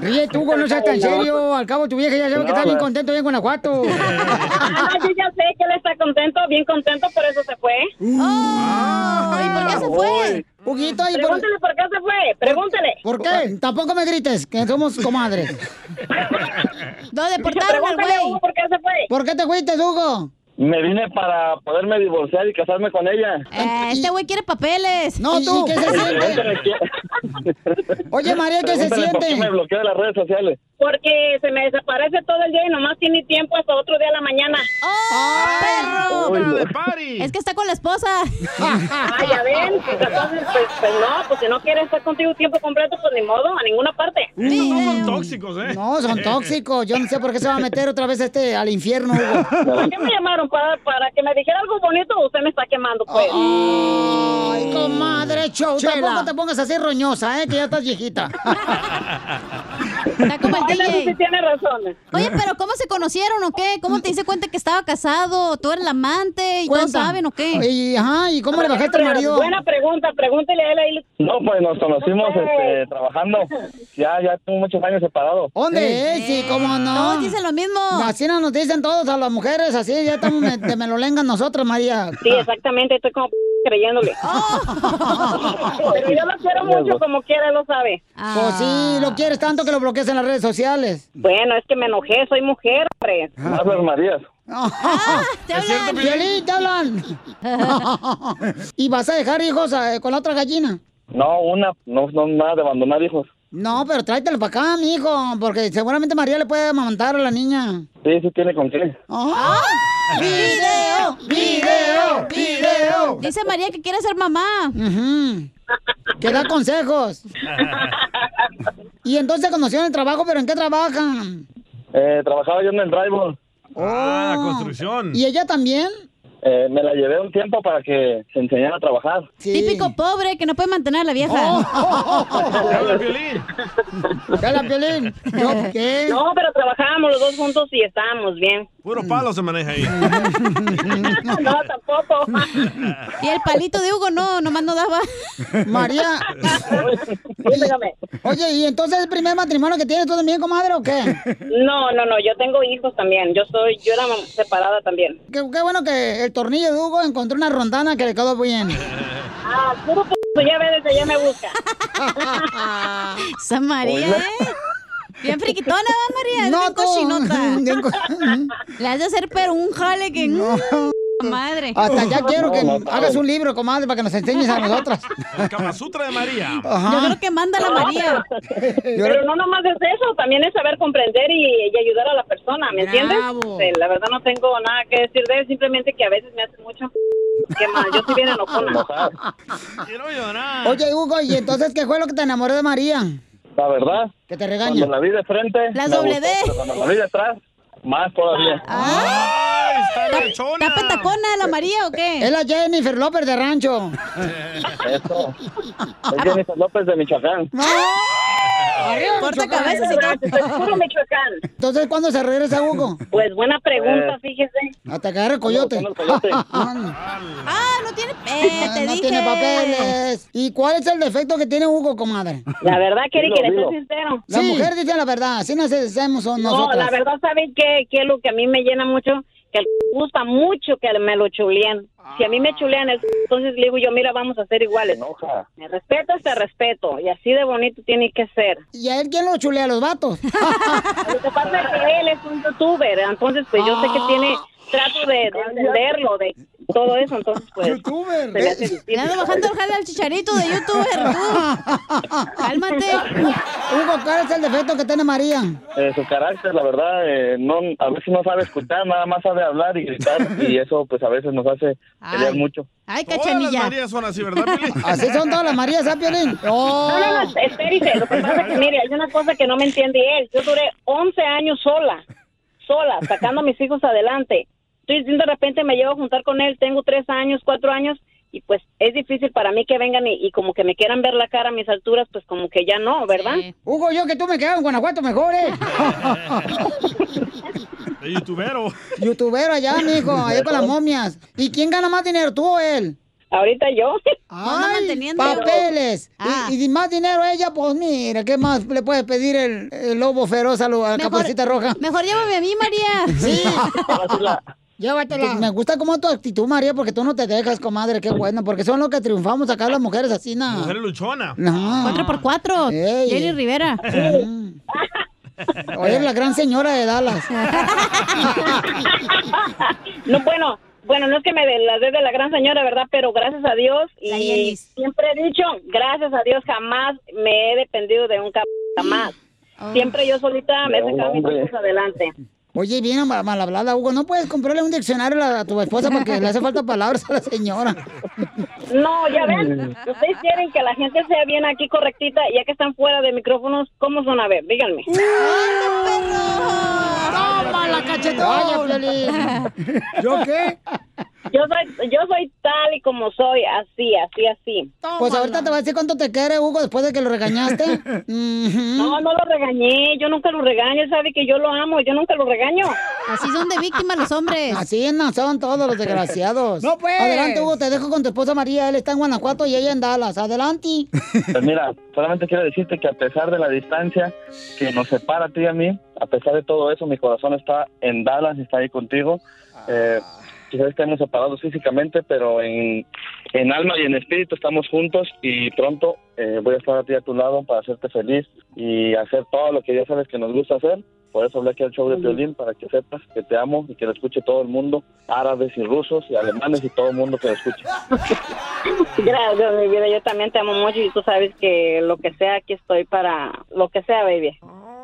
Ríe tú, Hugo, no seas tan serio. Al cabo, tu vieja ya sabe que está bien contento, bien Guanajuato. pues. Ah, yo ya sé que él está contento, bien contento, por eso se fue. ¿Y por qué se fue? Uh. Huguito, ¿y Pregúntele por qué se fue, pregúntele. ¿Por qué? Tampoco me grites, que somos comadres. No, deportaron al güey. ¿Por qué se fue? ¿Por qué te fuiste, Hugo? Me vine para poderme divorciar y casarme con ella. Eh, este güey quiere papeles. No, tú. ¿Qué se Pregúntale qué- Oye, María, ¿qué se pregúntale por siente? qué me bloqueó de las redes sociales. Porque se me desaparece todo el día y nomás tiene tiempo hasta otro día a la mañana. ¡Oh, Uy, no. Es que está con la esposa. Ah, ya ven, pues, entonces, pues, pues no, pues si no quiere estar contigo tiempo completo, pues ni modo, a ninguna parte. No son tóxicos, ¿eh? No, son tóxicos. Yo no sé por qué se va a meter otra vez este al infierno, Hugo. ¿Por qué me llamaron? ¿Para, para que me dijera algo bonito o usted me está quemando, pues? Ay, comadre, show. Tampoco te pongas así roñosa, ¿eh? Que ya estás viejita. Está como el DJ. sí tiene razón. Oye, pero ¿cómo se conocieron o qué? ¿Cómo te hice cuenta que estaba casado? ¿Tú eres la amante? ¿Y todos Cuenta. saben o qué? Y, ajá, ¿y cómo le bajaste al marido? Buena pregunta, pregúntele a él ahí. No, pues nos conocimos No sé. este, trabajando. Ya, ya tengo muchos años separados. ¿Dónde Eh, es? Sí, cómo no. Todos dicen lo mismo. Así no nos dicen todos a las mujeres, así ya estamos me, te me lo lengan nosotros, María. Sí, exactamente, estoy como p- creyéndole. Ah, Pero yo lo quiero mucho, como quiera, él lo sabe. Pues sí, lo quieres tanto que lo bloqueas en las redes sociales. Bueno, es que me enojé, soy mujer, hombre. Más las Marías. ¡Te hablan! Piolín, te hablan! ¿Y vas a dejar hijos eh, con la otra gallina? No, una, no, no nada de abandonar hijos. No, pero tráetelo para acá, mijo, porque seguramente María le puede amamantar a la niña. Sí, sí tiene con qué. ¡Ah! ¡Video! ¡Video! ¡Video! Dice María que quiere ser mamá. Que da consejos. Y entonces se conocieron el trabajo, pero ¿en qué trabajan? Eh, trabajaba yo en el driver. Ah, la construcción. ¿Y ella también? Eh, me la llevé un tiempo para que se enseñara a trabajar. Típico pobre que no puede mantener a la vieja. ¡Cala, Oh. Piolín! ¿Yo qué? No, pero trabajábamos los dos juntos y estábamos bien. Puro palo se maneja ahí. No, tampoco. Y el palito de Hugo no, nomás no daba. María. Oye, ¿y entonces el primer matrimonio que tienes tú también, comadre, o qué? No, no, no, yo tengo hijos también. Yo soy, yo era mam- separada también. Qué, qué bueno que el tornillo de Hugo encontró una rondana que le quedó bien. Ah, puro p ya ves, desde allá me busca. Esa María, ¿eh? Bien friquitona, ¿va, María? Es bien cochinota. Le has de hacer pero un jale que... mm, Madre. Hasta ya quiero que hagas un libro, comadre, para que nos enseñes a nosotras. El Kama Sutra de María. Ajá. que manda la María. Pero no nomás es eso, también es saber comprender y, y ayudar a la persona, ¿me entiendes? Bravo. Sí, la verdad no tengo nada que decir de él, simplemente que a veces me hace mucho p- que mal, yo soy bien enojona. Oye, Hugo, ¿y entonces qué fue lo que te enamoró de María? La verdad. Que te regaña. Cuando la vi de frente. Las me doble gustó, D. pero Cuando la vi de atrás, más todavía. Ah, ¿Está pentacona la María o qué? Es la Jennifer López de rancho. Eso. Es Jennifer López de Michoacán. Corta cabezas y todo. Soy puro Michoacán. Entonces, ¿cuándo se regresa, Hugo? Pues buena pregunta, fíjese. Hasta que agarre el coyote. Ah, no tiene... Eh, te no dije. tiene papeles. ¿Y cuál es el defecto que tiene Hugo, comadre? La verdad, Keri, que le Dilo, sea dilo. sincero. La mujer dice la verdad, así nos hacemos No, nosotros. la verdad, ¿saben qué? Que lo que a mí me llena mucho que al gusta mucho que me lo chulean. Si a mí Ah. me chulean, el entonces le digo yo, mira, vamos a ser iguales. Me respetas, te respeto. Y así de bonito tiene que ser. ¿Y a él quién lo chulea? ¿Los vatos? Lo que pasa es que él es un youtuber, entonces pues yo sé que tiene... Ah. Trato de, de entenderlo, de todo eso, entonces pues... ¡Youtuber! Le ando bajando el jale al chicharito de youtuber, tú. Cálmate. Hugo, ¿cuál es el defecto que tiene María? Eh, su carácter, la verdad, eh, no, a veces no sabe escuchar, nada más sabe hablar y gritar y eso pues a veces nos hace pelear Ay. mucho. Ay, Todas las cachanilla. Marías son así, ¿verdad, Piolín? Así son todas las Marías, ¿sabes, Piolín? Oh. No, no, no, espérese. Lo que pasa es que, mire, hay una cosa que no me entiende él. Yo duré 11 años sola, sola, sacando a mis hijos adelante. Entonces, de repente me llevo a juntar con él. Tengo 3 años, 4 años, y pues es difícil para mí que vengan y, y como que me quieran ver la cara a mis alturas, pues como que ya no, ¿verdad? Hugo, yo que tú me quedaba en Guanajuato mejor, ¿eh? De youtubero. Youtubero allá, mijo, allá con las momias. ¿Y quién gana más dinero, tú o él? Ahorita yo. Ay, manteniendo. papeles. Ah. Y, y más dinero a ella, pues mira, ¿qué más le puede pedir el, el lobo feroz a lo- a la Mejor- capucita roja? Mejor llévame a mí, María. Sí. Llévatela. Me gusta como tu actitud, María, porque tú no te dejas, comadre, qué bueno, porque son los que triunfamos acá las mujeres así, na. Mujer luchona. No. Cuatro por cuatro. Jenny Rivera. Oye, la gran señora de Dallas. No, bueno, bueno, no es que me de, la dé de la gran señora, ¿verdad? Pero gracias a Dios La y Yelis. siempre he dicho, gracias a Dios jamás me he dependido de un cabrón, jamás. Oh. Siempre yo solita me he No, sacado mis hombre. hijos adelante. Oye, bien mal, mal hablada, Hugo. ¿No puedes comprarle un diccionario a, a tu esposa porque le hace falta palabras a la señora? No, ya ven, ustedes quieren que la gente sea bien aquí correctita, ya que están fuera de micrófonos, ¿cómo son? A ver, díganme. ¡Toma la cachetón! Vaya, ¿Yo qué? Yo soy, yo soy tal y como soy, así, así, así. Pues ahorita te voy a decir cuánto te quiere, Hugo, después de que lo regañaste. No, no lo regañé, yo nunca lo regaño, él sabe que yo lo amo, yo nunca lo regaño. Así son de víctimas los hombres. Así no son todos los desgraciados. No, pues. Adelante, Hugo, te dejo con tu esposa María. Él está en Guanajuato y ella en Dallas. Adelante. Pues mira, solamente quiero decirte que a pesar de la distancia que nos separa a ti y a mí, a pesar de todo eso, mi corazón está en Dallas, está ahí contigo. Eh, quizás estemos separados físicamente, pero en, en alma y en espíritu estamos juntos y pronto eh, voy a estar a ti a tu lado para hacerte feliz y hacer todo lo que ya sabes que nos gusta hacer. Por eso hablé aquí al show de violín, para que sepas que te amo y que lo escuche todo el mundo, árabes y rusos y alemanes y todo el mundo que lo escuche. Gracias, mi vida. Yo también te amo mucho y tú sabes que lo que sea, aquí estoy para lo que sea, baby.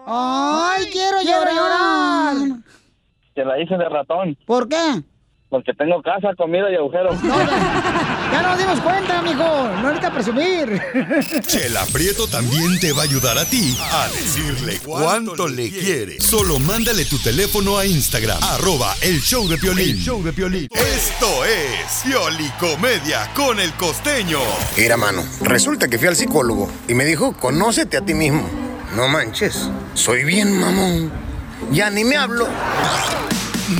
¡Ay, quiero llorar! Te la hice de ratón. ¿Por qué? Porque tengo casa, comida y agujeros. Ya nos dimos cuenta, mijo. No necesita presumir. Chela Prieto también te va a ayudar a ti a decirle cuánto le quiere. Solo mándale tu teléfono a Instagram, arroba el show de Piolín. Esto es Pioli Comedia con el costeño. Mira, mano, resulta que fui al psicólogo y me dijo, conócete a ti mismo. No manches, soy bien mamón. Ya ni me hablo.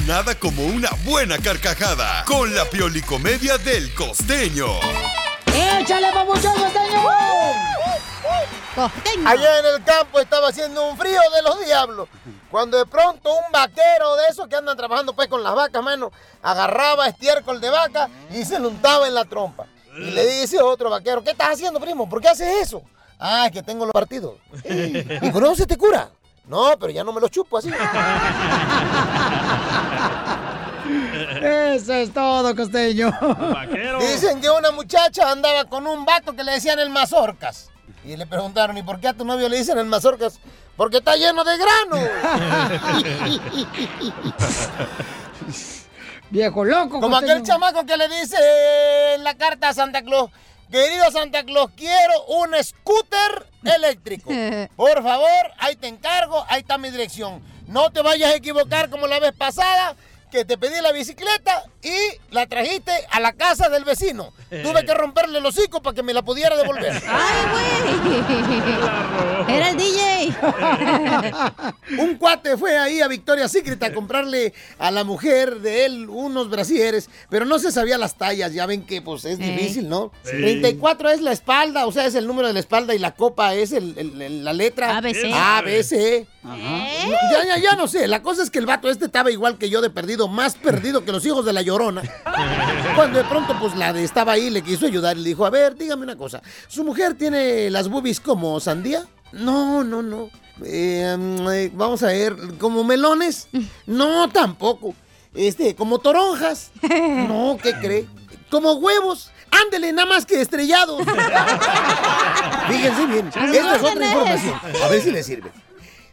Nada como una buena carcajada con la Pioli Comedia del costeño. ¡Échale, papuchón, costeño! Allá en el campo estaba haciendo un frío de los diablos. Cuando de pronto un vaquero de esos que andan trabajando pues con las vacas, mano, agarraba estiércol de vaca y se lo untaba en la trompa. Y le dice otro vaquero, ¿qué estás haciendo, primo? ¿Por qué haces eso? Ah, es que tengo los partidos. ¿Y con eso se te cura? No, pero ya no me los chupo así. Eso es todo, costeño. Dicen que una muchacha andaba con un vato que le decían el mazorcas. Y le preguntaron, ¿y por qué a tu novio le dicen el mazorcas? Porque está lleno de grano. Viejo loco. Como costeño. aquel chamaco que le dice en la carta a Santa Claus, querido Santa Claus, quiero un scooter eléctrico. Por favor, ahí te encargo, ahí está mi dirección. No te vayas a equivocar como la vez pasada, que te pedí la bicicleta y la trajiste a la casa del vecino. Tuve que romperle el hocico para que me la pudiera devolver. Era el DJ. Un cuate fue ahí a Victoria Secret a comprarle a la mujer de él unos brasieres, pero no se sabía las tallas. Ya ven que pues es Sí. difícil, ¿no? Sí. 34 es la espalda, o sea, es el número de la espalda y la copa es el- el- el- la letra ABC. A, B, C. No, ya, ya, ya no sé. La cosa es que el vato este estaba igual que yo de perdido, más perdido que los hijos de la llorona. Cuando de pronto, pues la de estaba ahí le quiso ayudar y le dijo: A ver, dígame una cosa. ¿Su mujer tiene las boobies como sandía? No, no, no. Eh, mm, eh, vamos a ver, ¿como melones? No, tampoco. Este, ¿como toronjas? No, ¿qué cree? ¿Como huevos? Ándele, nada más que estrellados. Fíjense bien. Esta es otra información. A ver si le sirve.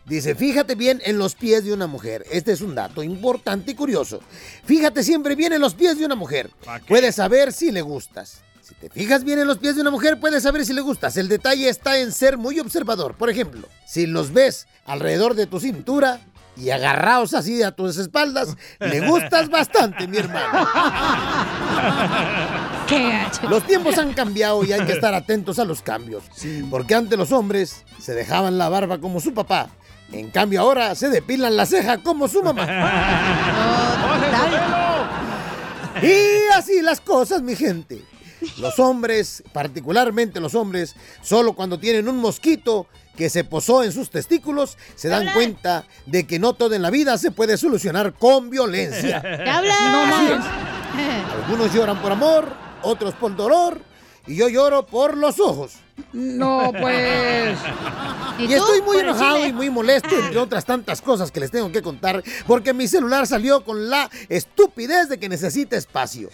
Dice, fíjate bien en los pies de una mujer. Este es un dato importante y curioso. Fíjate siempre bien en los pies de una mujer. Puedes saber si le gustas. Si te fijas bien en los pies de una mujer, puedes saber si le gustas. El detalle está en ser muy observador. Por ejemplo, si los ves alrededor de tu cintura y agarrados así a tus espaldas, le gustas bastante, mi hermano. Los tiempos han cambiado y hay que estar atentos a los cambios. Porque antes los hombres se dejaban la barba como su papá. En cambio ahora se depilan la ceja como su mamá. y así las cosas, mi gente. Los hombres, particularmente los hombres, solo cuando tienen un mosquito que se posó en sus testículos, se dan cuenta de que no todo en la vida se puede solucionar con violencia. ¿Qué hablas? No más. Algunos lloran por amor, otros por dolor, y yo lloro por los ojos. No, pues. Y, ¿Y tú? estoy muy Por el enojado chile. y muy molesto, entre otras tantas cosas que les tengo que contar, porque mi celular salió con la estupidez de que necesita espacio.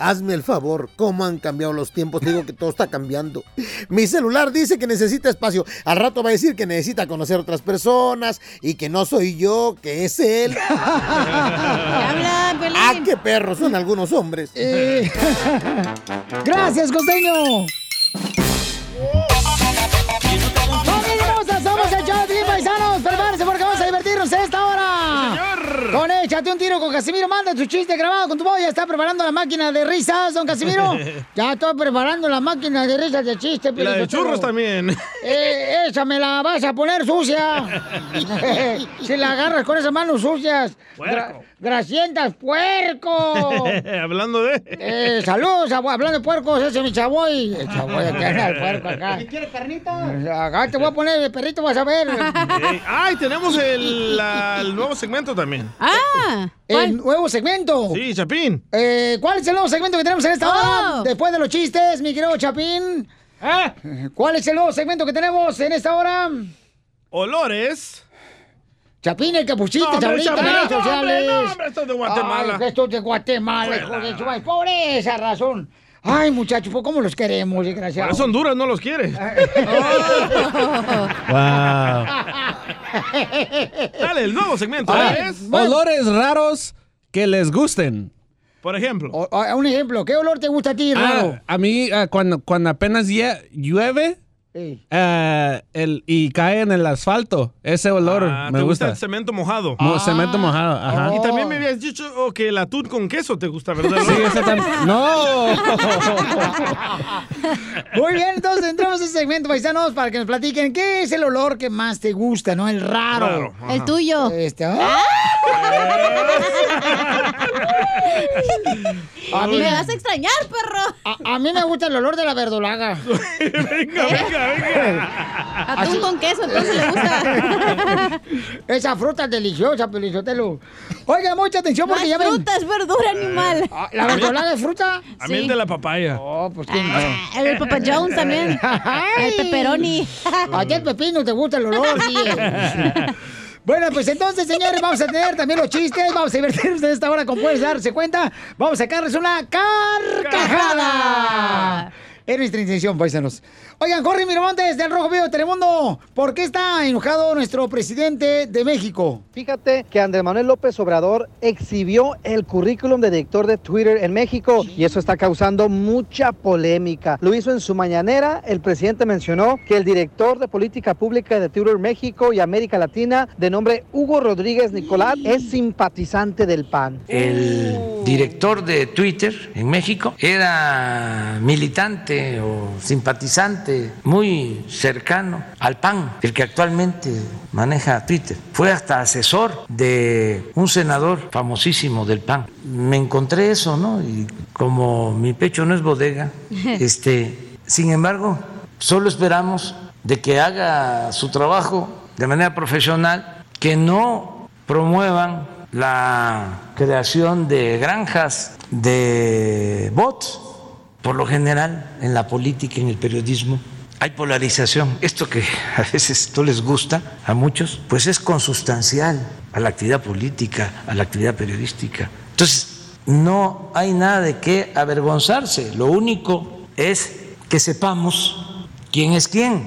Hazme el favor, cómo han cambiado los tiempos, Te digo que todo está cambiando. Mi celular dice que necesita espacio, al rato va a decir que necesita conocer otras personas y que no soy yo, que es él. ¡Ah, qué perros son algunos hombres! Eh, Gracias, costeño. ¡Familia hermosa! ¡Somos el show de Piolín, Paisanos! ¡Prepárense porque vamos a divertirnos esta hora! Con Échate un tiro con Casimiro. Manda tu chiste grabado con tu voz. Ya está preparando la máquina de risas, don Casimiro. Ya estoy preparando la máquina de risas de chiste. Y la de Piolín Sotelo. churros también. Eh, esa me la vas a poner sucia. si la agarras con esas manos sucias. Puerco. Gracientas, puerco. Hablando de... Eh, saludos, abue- hablando de puercos, ese es mi chavoy. El chavoy acá anda, el puerco acá. ¿Quieres carnita? Acá te voy a poner el perrito, vas a ver. Eh, ¡Ay! Tenemos el, la- el nuevo segmento también. ¡Ah! ¿El nuevo segmento? Sí, Chapín. Eh, ¿Cuál es el nuevo segmento que tenemos en esta hora? Después de los chistes, mi querido Chapín. Ah. Eh, ¿Cuál es el nuevo segmento que tenemos en esta hora? Olores. Chapín, el capuchito, No, hombre, Chapín, chablita, redes no, hombre, sociales. no, hombre, esto es de Guatemala. Ay, esto es de Guatemala, Fuera. hijo de su madre. Por esa razón. Ay, muchachos, pues cómo los queremos, Por desgraciados. eso Honduras no los quiere. Dale, el nuevo segmento. ¿eh? A ver, ¿Es? bueno. Olores raros que les gusten. Por ejemplo. O- o- un ejemplo, ¿qué olor te gusta a ti, raro? Ah, a mí, ah, cuando, cuando apenas lle- llueve Sí. ah, el, y cae en el asfalto, ese olor Ah, me ¿Te gusta gusta. el cemento mojado? Mo- Ah. Cemento mojado, Ah. ajá. Y también me habías dicho oh, que el atún con queso te gusta, ¿verdad? Sí, ese tam- ¡No! Muy bien, entonces entramos en segmento, paisanos, para que nos platiquen qué es el olor que más te gusta, ¿no? El raro. Raro, ajá. El tuyo. Este. ¡ah! A mí me vas a extrañar, perro. A, a mí me gusta el olor de la verdolaga. venga, venga, venga. ¿Eh? Atún con queso, entonces le gusta. Esa fruta es deliciosa, Pelizotelo. Oiga, mucha atención porque ya ven. fruta, es verdura, animal. ¿La verdolaga es fruta? A mí el de la papaya. Oh, pues quién El del Papa Jones también. El pepperoni. A ti el pepino te gusta el olor, sí. Bueno, pues entonces, señores, vamos a tener también los chistes, vamos a divertirnos en esta hora, como puedes darse cuenta. Vamos a sacarles una carcajada. Es nuestra intención, paisanos. Oigan, Jorge Miramontes del Rojo Vivo de Telemundo, ¿por qué está enojado nuestro presidente de México? Fíjate que Andrés Manuel López Obrador exhibió el currículum de director de Twitter en México y eso está causando mucha polémica. Lo hizo en su mañanera, el presidente mencionó que el director de política pública de Twitter México y América Latina de nombre Hugo Rodríguez Nicolás es simpatizante del PAN. El director de Twitter en México era militante o simpatizante muy cercano a al PAN, el que actualmente maneja Twitter. Fue hasta asesor de un senador famosísimo del PAN. Me encontré eso, ¿no? Y como mi pecho no es bodega, este, sin embargo, solo esperamos de que haga su trabajo de manera profesional, que no promuevan la creación de granjas de bots. Por lo general, en la política, en el periodismo, hay polarización. Esto que a veces no les gusta a muchos, pues es consustancial a la actividad política, a la actividad periodística. Entonces, no hay nada de qué avergonzarse. Lo único es que sepamos quién es quién.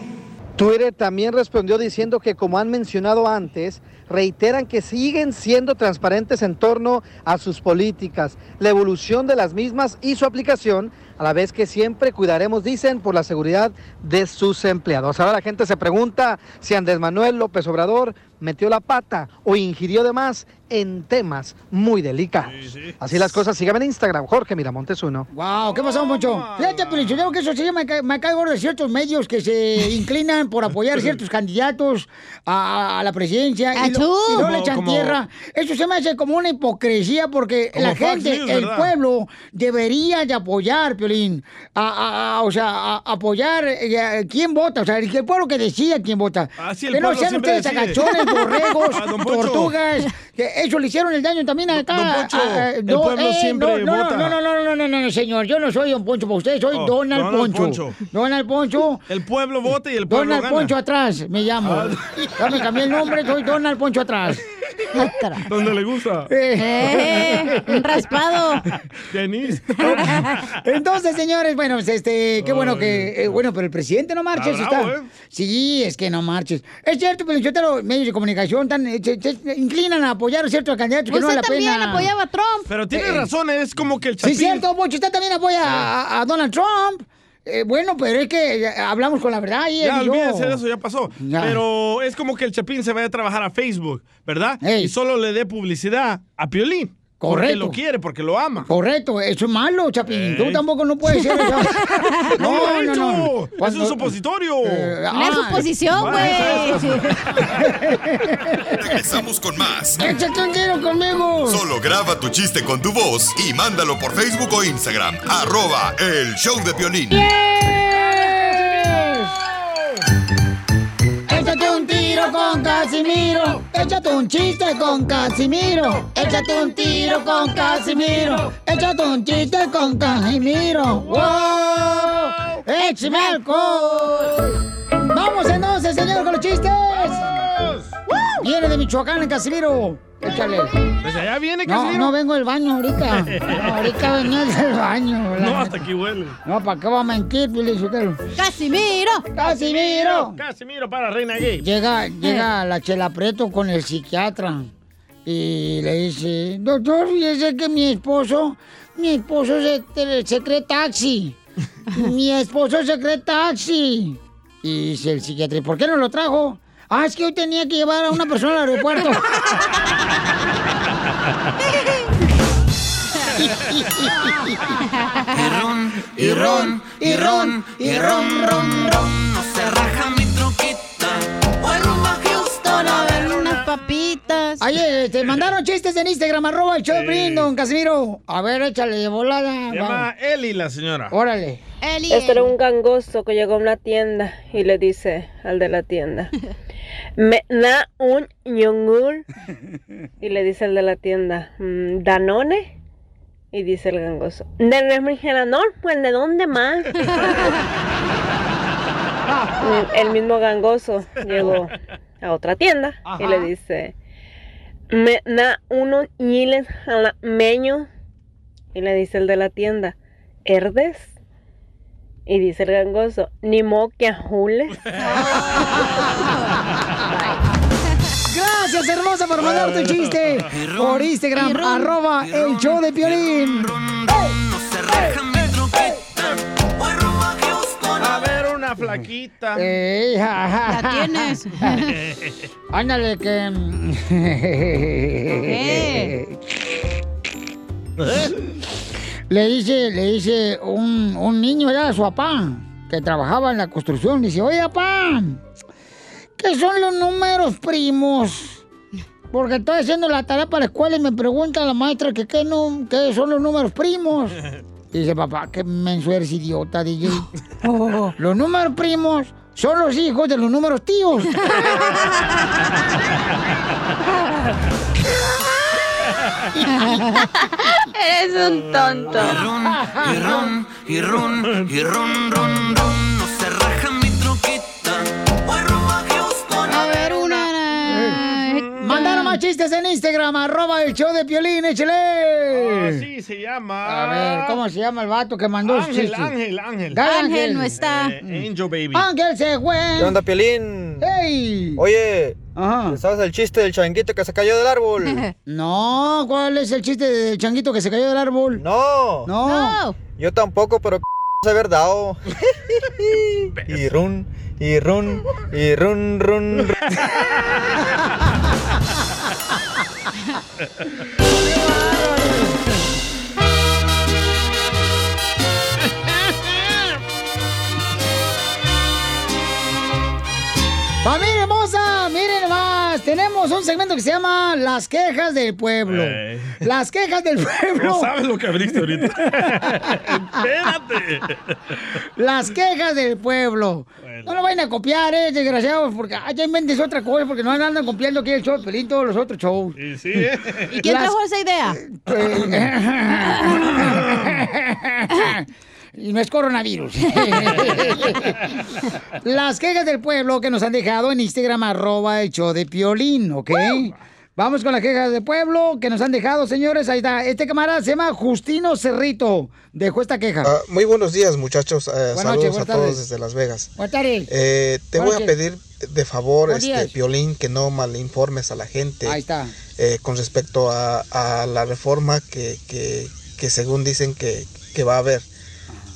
Twitter también respondió diciendo que, como han mencionado antes, reiteran que siguen siendo transparentes en torno a sus políticas, la evolución de las mismas y su aplicación, a la vez que siempre cuidaremos, dicen, por la seguridad de sus empleados. Ahora la gente se pregunta si Andrés Manuel López Obrador metió la pata o ingirió de más en temas muy delicados. Así las cosas, síganme en Instagram, Jorge Miramontes uno. Wow, ¿qué pasó, Moncho? Fíjate, pero yo creo que eso sí me, ca- me cae gordo de ciertos medios que se inclinan por apoyar ciertos candidatos a, a la presidencia y, Achú. lo- y no le Como- echan como- tierra. Eso se me hace como una hipocresía porque Como la Fox gente, News, el ¿verdad? pueblo, debería de apoyar, Piolín, a, a- a- o sea, a- apoyar eh, a- quién vota, o sea, el, el pueblo que decida quién vota. Así Ah, el que no pueblo sean siempre ustedes decide. agachones, borregos, Ah, don Poncho. tortugas, que eso le hicieron el daño también acá. don Poncho, a- a- el pueblo siempre ah, eh, no, no, vota. No, no, no, no, no, no, no, señor, yo no soy Don Poncho, para usted soy Oh, Donald, Donald Poncho. Poncho. Donald Poncho. El pueblo vota y el pueblo Donald gana. Poncho atrás, me llamo. Ah. Ya me cambié el nombre, soy Donald Poncho atrás. Atrás. Donde le gusta. Eh. un raspado. Denise. Entonces, señores, bueno, pues, este, qué bueno que, eh, bueno, pero el presidente no marches, Está bravo, ¿eh? está- Sí, es que no marches. Es cierto, pero yo te lo- medios de comunicación tan, eh, se- se inclinan a apoyar a ciertos candidatos que no Usted vale la también pena. apoyaba a Trump. Pero tiene razón, es como que el Eh, Sí, chapín. Ah. es cierto, Pocho, usted también apoya a, a Donald Trump. Eh, bueno, pero es que eh, hablamos con la verdad y él Ya, y yo. olvídense de eso, ya pasó. Pero es como que el Chapín se vaya a trabajar a Facebook, ¿verdad? Y solo le dé publicidad a Piolín. Porque Correcto. lo quiere, porque lo ama. Correcto, eso es malo, Chapín. Tú tampoco no puedes ser eso. Eh. No, No, no, no. no, Es Cuando- un supositorio. Eh, ah. Una suposición, Vaya, güey. eso. Regresamos con más. ¡Échate un tiro conmigo! Solo graba tu chiste con tu voz y mándalo por Facebook o Instagram. Arroba el show de violín. Échate un tiro con Casimiro. Échate un chiste con Casimiro. Échate un tiro con Casimiro. Échate un chiste con Casimiro. ¡Wow! ¡Échame alcohol! ¡Vamos entonces, señor, con los chistes! ¡Wow! Viene de Michoacán el Casimiro. Échale. Desde Pues allá viene No, Casimiro. no vengo del baño ahorita. No, ahorita venía del baño. la No, neta. hasta aquí huele. No, ¿para qué va a mentir, Felicitero? ¡Casimiro! ¡Casimiro! Casimiro para Reina Gay. Llega, Eh. llega la Chela Preto con el psiquiatra y le dice, doctor, fíjese que mi esposo, mi esposo se, te- se cree taxi. Mi esposo se cree taxi. Y dice el psiquiatra, "¿Y por qué no lo trajo? Ah, es que yo tenía que llevar a una persona al aeropuerto. Y ron, y ron, y ron, y ron, ron, ron. No se raja mi troquita. O el rumba Houston a ver unas papitas. Oye, te este, mandaron chistes en Instagram, arroba el show, de Piolín, don Casimiro. A ver, échale de volada. Se llama vamos. Eli la señora. Órale. Este era un gangoso que llegó a una tienda y le dice al de la tienda, ¿me da un yogur? Y le dice al de la tienda, "Mm, ¿danone? Y dice el gangoso, ¿de refrigerador? Pues ¿de dónde más? Mm, el mismo gangoso llegó a otra tienda y le Ajá. dice, ¿me da unos chiles jalameños? Y le dice el de la tienda, ¿herdes? Y dice el gangoso, ni mo que ajules. Gracias, hermosa, por mandar tu chiste por Instagram, arroba el show de Piolín. Oh. A ver, una flaquita. Ey, ja, ja, ja. Ándale, que... mm. Le dice, le dice un, un niño ya a su papá que trabajaba en la construcción. Dice, oye, papá, ¿Qué son los números primos? Porque estoy haciendo la tarea para la escuela y me pregunta la maestra que qué, nu- qué son los números primos. Y dice, papá, qué menso eres idiota, DJ. Los números primos son los hijos de los números tíos. Eres un tonto. Y ron, y ron, y ron, ron, ron. No se raja mi troquita. A ver, una. Mandaron más chistes en Instagram, arroba el show de Piolín, échale. Oh, sí, se llama. A ver, ¿cómo se llama el vato que mandó sus Ángel, chistes? Ángel, Ángel. Dale, Ángel Mm. no está. Eh, Angel Baby. Ángel se fue. ¿Qué onda, Piolín? ¡Ey! Oye, ¿sabes el chiste del changuito que se cayó del árbol? No, ¿cuál es el chiste del changuito que se cayó del árbol? No. No. Yo tampoco, pero se haber dado. y run, y run, y run, run. run. Familia hermosa, miren más, tenemos un segmento que se llama Las quejas del pueblo. Ey. Las quejas del pueblo. No sabes lo que abriste ahorita. Espérate. Las quejas del pueblo. No lo vayan a copiar, eh, desgraciados, porque allá inventes otra cosa, porque no andan copiando aquí el show de Pelín, todos los otros shows. Y sí, ¿eh? ¿Y quién Las- trajo esa idea? Y no es coronavirus. Las quejas del pueblo que nos han dejado en Instagram, arroba el show de Piolín, ¿ok? Vamos con las quejas del pueblo que nos han dejado, señores. Ahí está. Este camarada se llama Justino Cerrito. Dejó esta queja. Ah, muy buenos días, muchachos. Eh, Buenas saludos noches, a buenas todos tardes. desde Las Vegas. Buenas tardes. Eh, te Buenas voy a noches. pedir de favor, Buenos este, días. Piolín, que no malinformes a la gente. Ahí está. eh, con respecto a, a la reforma que, que- que según dicen que, que va a haber.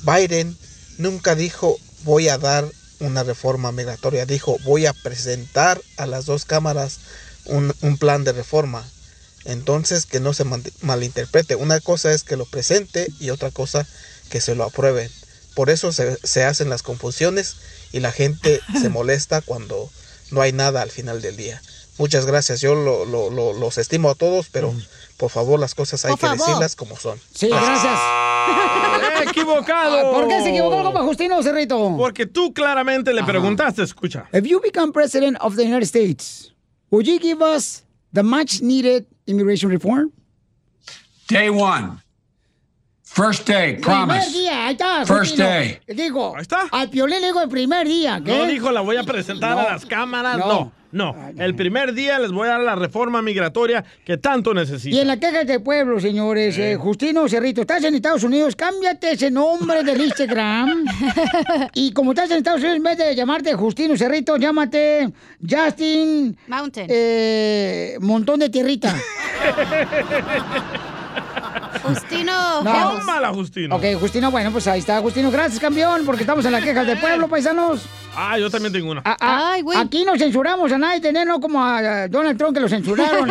Biden nunca dijo voy a dar una reforma migratoria, dijo voy a presentar a las dos cámaras un, un plan de reforma. Entonces que no se man- malinterprete. Una cosa es que lo presente y otra cosa que se lo aprueben. Por eso se, se hacen las confusiones y la gente se molesta cuando no hay nada al final del día. Muchas gracias, yo lo- lo- lo- los estimo a todos, pero por favor las cosas hay Mm. Por que favor. decirlas como son. Sí, gracias. Ah. ¡Equivocado! Ah, ¿Por qué se equivocó, compa Justino Cerrito? Porque tú claramente le preguntaste, escucha. If you become president of the United States, would you give us the much needed immigration reform? Day one. First day, Primer promise. día, ahí está. First Justino. day. Digo, al piolín le digo el primer día. ¿qué? No dijo la voy a presentar a las cámaras. No, no. El primer día les voy a dar la reforma migratoria que tanto Y necesitan. en la queja del pueblo, señores, eh, Justino Cerrito, estás en Estados Unidos, cámbiate ese nombre del Instagram. y como estás en Estados Unidos, en vez de llamarte Justino Cerrito, llámate Justin... Mountain. Eh, montón de tierrita. Justino. No. Tómala, Justino. ok, Justino, bueno, pues ahí está, Justino. Gracias, campeón, porque estamos en la queja del pueblo, paisanos. Ah, yo también tengo una. A- Ah. a- Aquí no censuramos a nadie, tener, no como a a Donald Trump que lo censuraron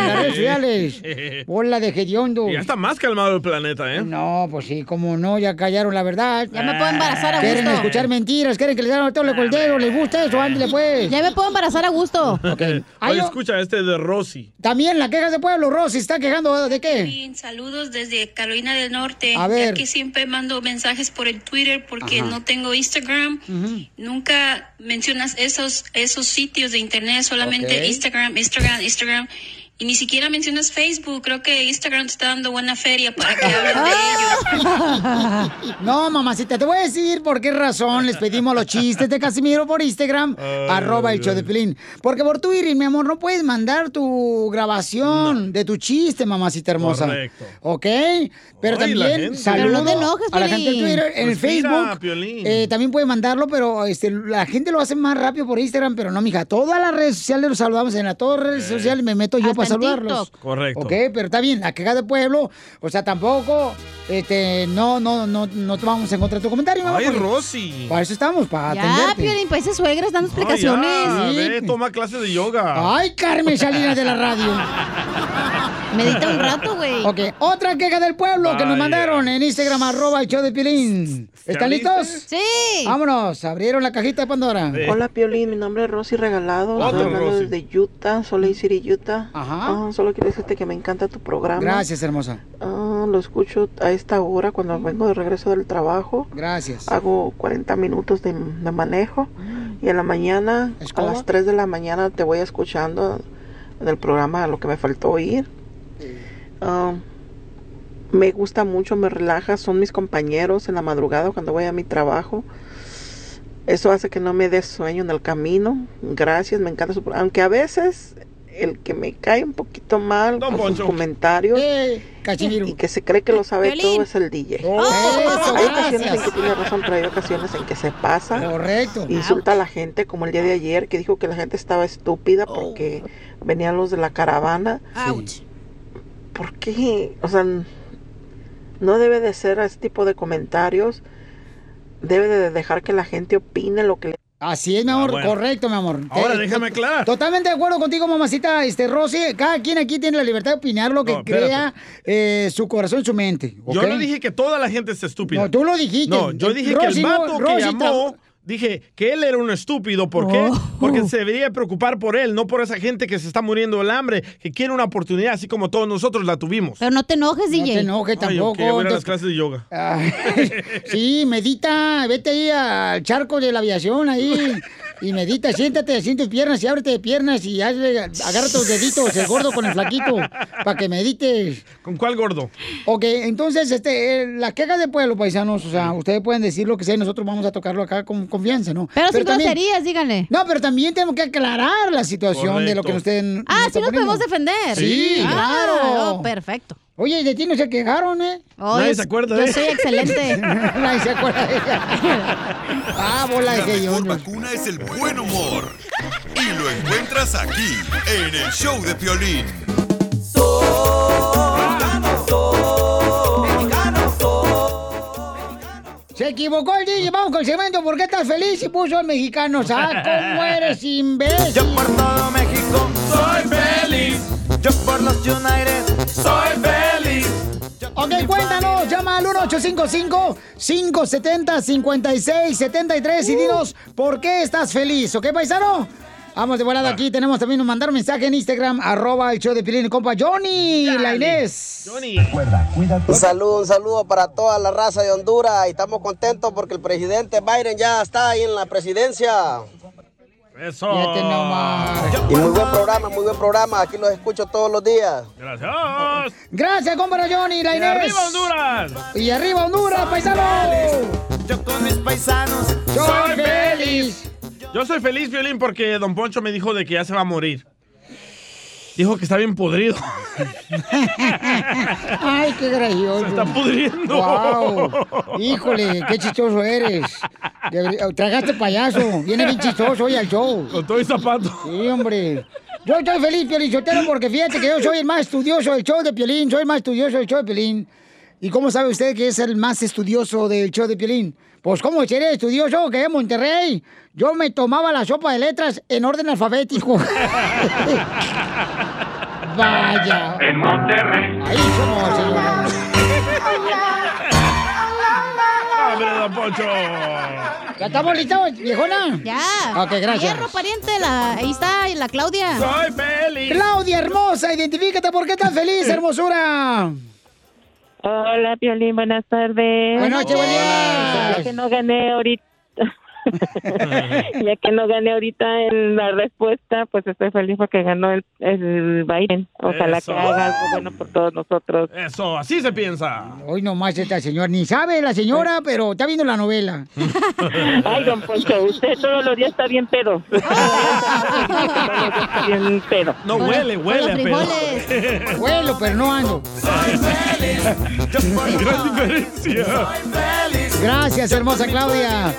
en las redes sociales. Bola de hediondo. Y ya está más calmado el planeta, ¿eh? No, pues sí, como no, ya callaron la verdad. Ya me puedo embarazar a Quieren gusto. escuchar mentiras, quieren que les hagan todo con el dedo, les gusta eso, ándale pues. Ya me puedo embarazar a gusto. Ay, Oye, no. escucha este de Rosy. También la queja de pueblo, Rosy, está quejando de qué? Bien, Saludos desde Carolina del Norte. A ver. Ya que siempre mando mensajes por el Twitter porque Ajá. no tengo Instagram. Nunca mencionas esos esos sitios de internet, solamente Ok. Instagram, Instagram, Instagram. Y ni siquiera mencionas Facebook. Creo que Instagram te está dando buena feria para que hables de No, mamacita, te voy a decir por qué razón les pedimos los chistes de Casimiro por Instagram, arroba el show de Pilín. Porque por Twitter, mi amor, no puedes mandar tu grabación de tu chiste, mamacita hermosa. Correcto. ¿Ok? Pero Ay, la también gente. saludo Pero no te enojes, a la gente en Piolín. Twitter, en el Respira, Facebook. Piolín. eh, también puede mandarlo, pero este, la gente lo hace más rápido por Instagram, pero no, mija. Todas las redes sociales los saludamos en las todas las Eh. redes sociales, me meto yo Hasta para en saludarlos. TikTok. Correcto. Ok, pero está bien, la queja de pueblo, o sea, tampoco, este, no, no, no, no tomamos en contra de tu comentario, mi amor, Ay, porque Rosy. Para eso estamos, para Ya, atenderte. Piolín, países suegras dando Ay, ah, ya, explicaciones. ve, toma clases de yoga. Ay, Carmen Salinas de la radio. Medita un rato, güey. Ok, otra queja del pueblo que nos Vaya. mandaron en Instagram, arroba el show de Piolín. ¿Están ¿Ya listos? viste? Sí. Vámonos, abrieron la cajita de Pandora. Hola Piolín, mi nombre es Rosy Regalado, Otro estoy hablando Rosy. desde Utah, Salt Lake City, Utah. Ajá. Ah, solo quiero decirte que me encanta tu programa. Gracias, hermosa. Ah, lo escucho a esta hora cuando vengo de regreso del trabajo. Gracias. Hago 40 minutos de, de manejo y en la mañana, Escoba. a las 3 de la mañana te voy escuchando en el programa lo que me faltó oír. Ah, me gusta mucho, me relaja, son mis compañeros en la madrugada cuando voy a mi trabajo. Eso hace que no me dé sueño en el camino. Gracias, me encanta su pro- Aunque a veces el que me cae un poquito mal con sus comentarios y que se cree que lo sabe todo es el DJ. Oh, Eso, Hay ocasiones en gracias. que tiene razón, pero hay ocasiones en que se pasa. Correcto. Insulta a la gente, como el día de ayer que dijo que la gente estaba estúpida porque venían los de la caravana. ¿Por qué? O sea, no debe de ser ese tipo de comentarios. Debe de dejar que la gente opine lo que le... Así es, Ah, mi amor, bueno. correcto, mi amor. Ahora Te- déjame to- aclarar. Totalmente de acuerdo contigo, mamacita, este Rosy, cada quien aquí tiene la libertad de opinar lo que No, espérate. crea eh, su corazón y su mente. ¿ok? Yo no dije que toda la gente es estúpida. No, tú lo dijiste. No, yo dije que Rosy el no- vato que Rosy llamó, tra- dije que él era un estúpido. ¿Por qué? Oh. Porque se debería preocupar por él, no por esa gente que se está muriendo del hambre, que quiere una oportunidad así como todos nosotros la tuvimos. Pero no te enojes, DJ. te enojes Ay, tampoco. ok, voy a ir a las entonces- ah, clases de yoga. Sí, medita, vete ahí al charco de la aviación ahí. Y medita, siéntate, así en tus piernas y ábrete de piernas y hazle, agarra tus deditos, el gordo con el flaquito, para que medites. ¿Con cuál gordo? Ok, entonces, este, eh, las quejas de pueblo, paisanos, o sea, ustedes pueden decir lo que sea y nosotros vamos a tocarlo acá con confianza, ¿no? Pero, sin también- groserías, díganle. No, pero también tenemos que aclarar la situación de lo que nos estén. Ah, nos sí están nos podemos poniendo. defender. Sí, Ah, claro. oh, perfecto. Oye, ¿y de ti no se quejaron, ¿eh? Oh, Nadie yo- se acuerda yo de- soy excelente. Nadie se acuerda de ella. Ah, bola de La que yo. mejor vacuna es el buen humor. Y lo encuentras aquí, en el show de Piolín. Se equivocó el DJ, vamos con el segmento. ¿Por qué estás feliz? Y puso el mexicano. Ah, cómo eres imbécil. Yo por todo México soy feliz. Yo por los United soy feliz. Ok, cuéntanos, llama al 1-855-570-5673 y dinos por qué estás feliz, ¿ok, paisano? Vamos de volada aquí, tenemos también, nos mandaron mensaje en Instagram, arroba el show de Pilín y compa Johnny, la Inés. Un saludo, un saludo para toda la raza de Honduras y estamos contentos porque el presidente Biden ya está ahí en la presidencia. Eso. Fíjate Y muy buen programa, muy buen programa, aquí los escucho todos los días. Gracias. Gracias, compa Johnny, la Y Inés. arriba Honduras. Y arriba Honduras, paisano. Yo con mis paisanos soy feliz. Yo soy feliz, Violín, porque Don Poncho me dijo de que ya se va a morir. Dijo que está bien podrido. Ay, qué gracioso. Se está pudriendo. Wow. Híjole, qué chistoso eres. Deberí- Tragaste payaso. Viene bien chistoso hoy al show. Con todo y zapato. Sí, hombre. Yo estoy feliz, Piolín Sotelo, porque fíjate que yo soy el más estudioso del show de Piolín. Soy el más estudioso del show de Piolín. ¿Y cómo sabe usted que es el más estudioso del show de Piolín? Pues, ¿cómo seré estudioso que en Monterrey? Yo me tomaba la sopa de letras en orden alfabético. Vaya. En Monterrey. Ahí somos, señores. ¡Abre, Don Poncho! ¿Ya estamos listos, viejona? Ya. Ok, gracias. Fierro, pariente, la- ahí está, y la Claudia. Soy feliz. Claudia hermosa, identifícate por qué estás feliz, hermosura. Hola, Piolín, buenas tardes. Buenas noches, Ya que no gané ahorita. ya que no gané ahorita en la respuesta, pues estoy feliz porque ganó el, el Biden. Ojalá Eso. que haga algo bueno por todos nosotros. Eso, así se piensa. Hoy nomás esta señora, ni sabe la señora, pero está viendo la novela. Ay, don Poncho, usted todos los días está bien pedo. Está bien pedo. No huele, huele a pedo. Vuelo, pero no ando. Gran diferencia. Gracias, hermosa Claudia.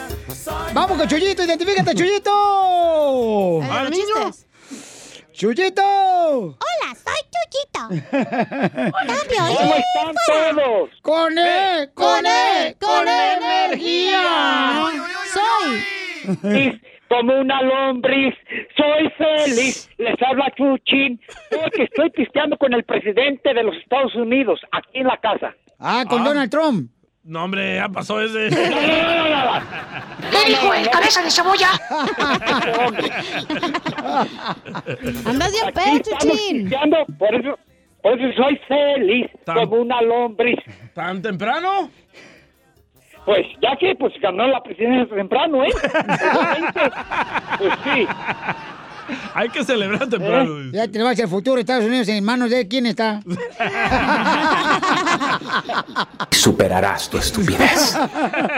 Vamos con Chuyito, identifícate, Chuyito. ¿Al niño? ¡Chuyito! Hola, soy ¿Cómo están todos? ¡Con E! ¡Con E! ¡Con E! energía. Soy. Mis, como una lombriz. Soy feliz. Les habla Chuchín. Porque estoy pisteando con el presidente de los Estados Unidos, aquí en la casa. Ah, con Donald Trump. No, hombre, ya pasó ese. ¿Qué dijo el cabeza de cebolla? Andas bien pecho, Chuchín. Por eso, por eso soy feliz, como una lombriz. ¿Tan temprano? Pues ya que pues ganó la presidencia temprano, ¿eh? pues sí. Hay que celebrar Eh. temprano. Ya te vas al futuro, Estados Unidos, en manos de quién está. Superarás tu estupidez.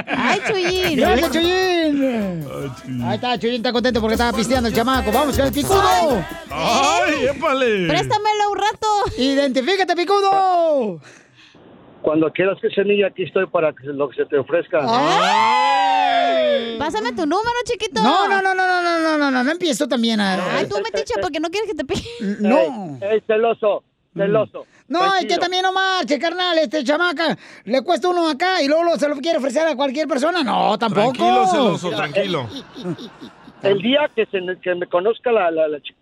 ¡Ay, Chuyín! ¡Gracias, Chuyín! Ahí está, Chuyín está contento porque estaba pisteando el chamaco. ¡Vamos, el picudo! ¡Ay, ¿eh? épale! ¡Préstamelo un rato! ¡Identifícate, picudo! Cuando quieras que semilla, aquí estoy para que lo que se te ofrezca. ¿Ah? Pásame tu número, chiquito. No, no, no, no, no, no, no, no, no, no empiezo también a. Ay, tú metiche porque no quieres que te peguen. No. Es celoso, celoso. No, es que también no marche, carnal, este chamaca. Le cuesta uno acá y luego lo- se lo quiere ofrecer a cualquier persona. No, tampoco. Tranquilo, celoso, tranquilo. El día que, se, que me conozca la, la, la chi-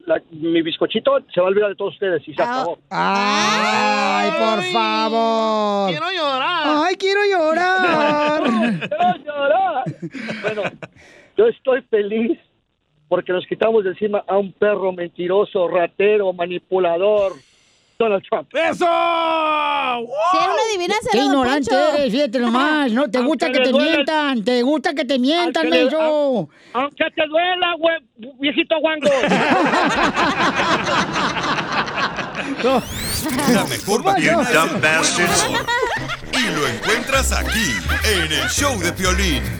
la- mi bizcochito, se va a olvidar de todos ustedes y se Ah. acabó. Ay, por favor. Quiero llorar. Ay, quiero llorar. quiero llorar. Bueno, yo estoy feliz porque nos quitamos de encima a un perro mentiroso, ratero, manipulador, Donald Trump. ¡Eso! Si era una adivinanza, Qué era don ignorante Poncho. eres, fíjate nomás. No, te gusta Aunque que le te duela- mientan. Te gusta que te mientan, Aunque le- menso. Aunque te duela, güey, viejito guango. La mejor variedad. Y lo encuentras aquí, en el show de Piolín.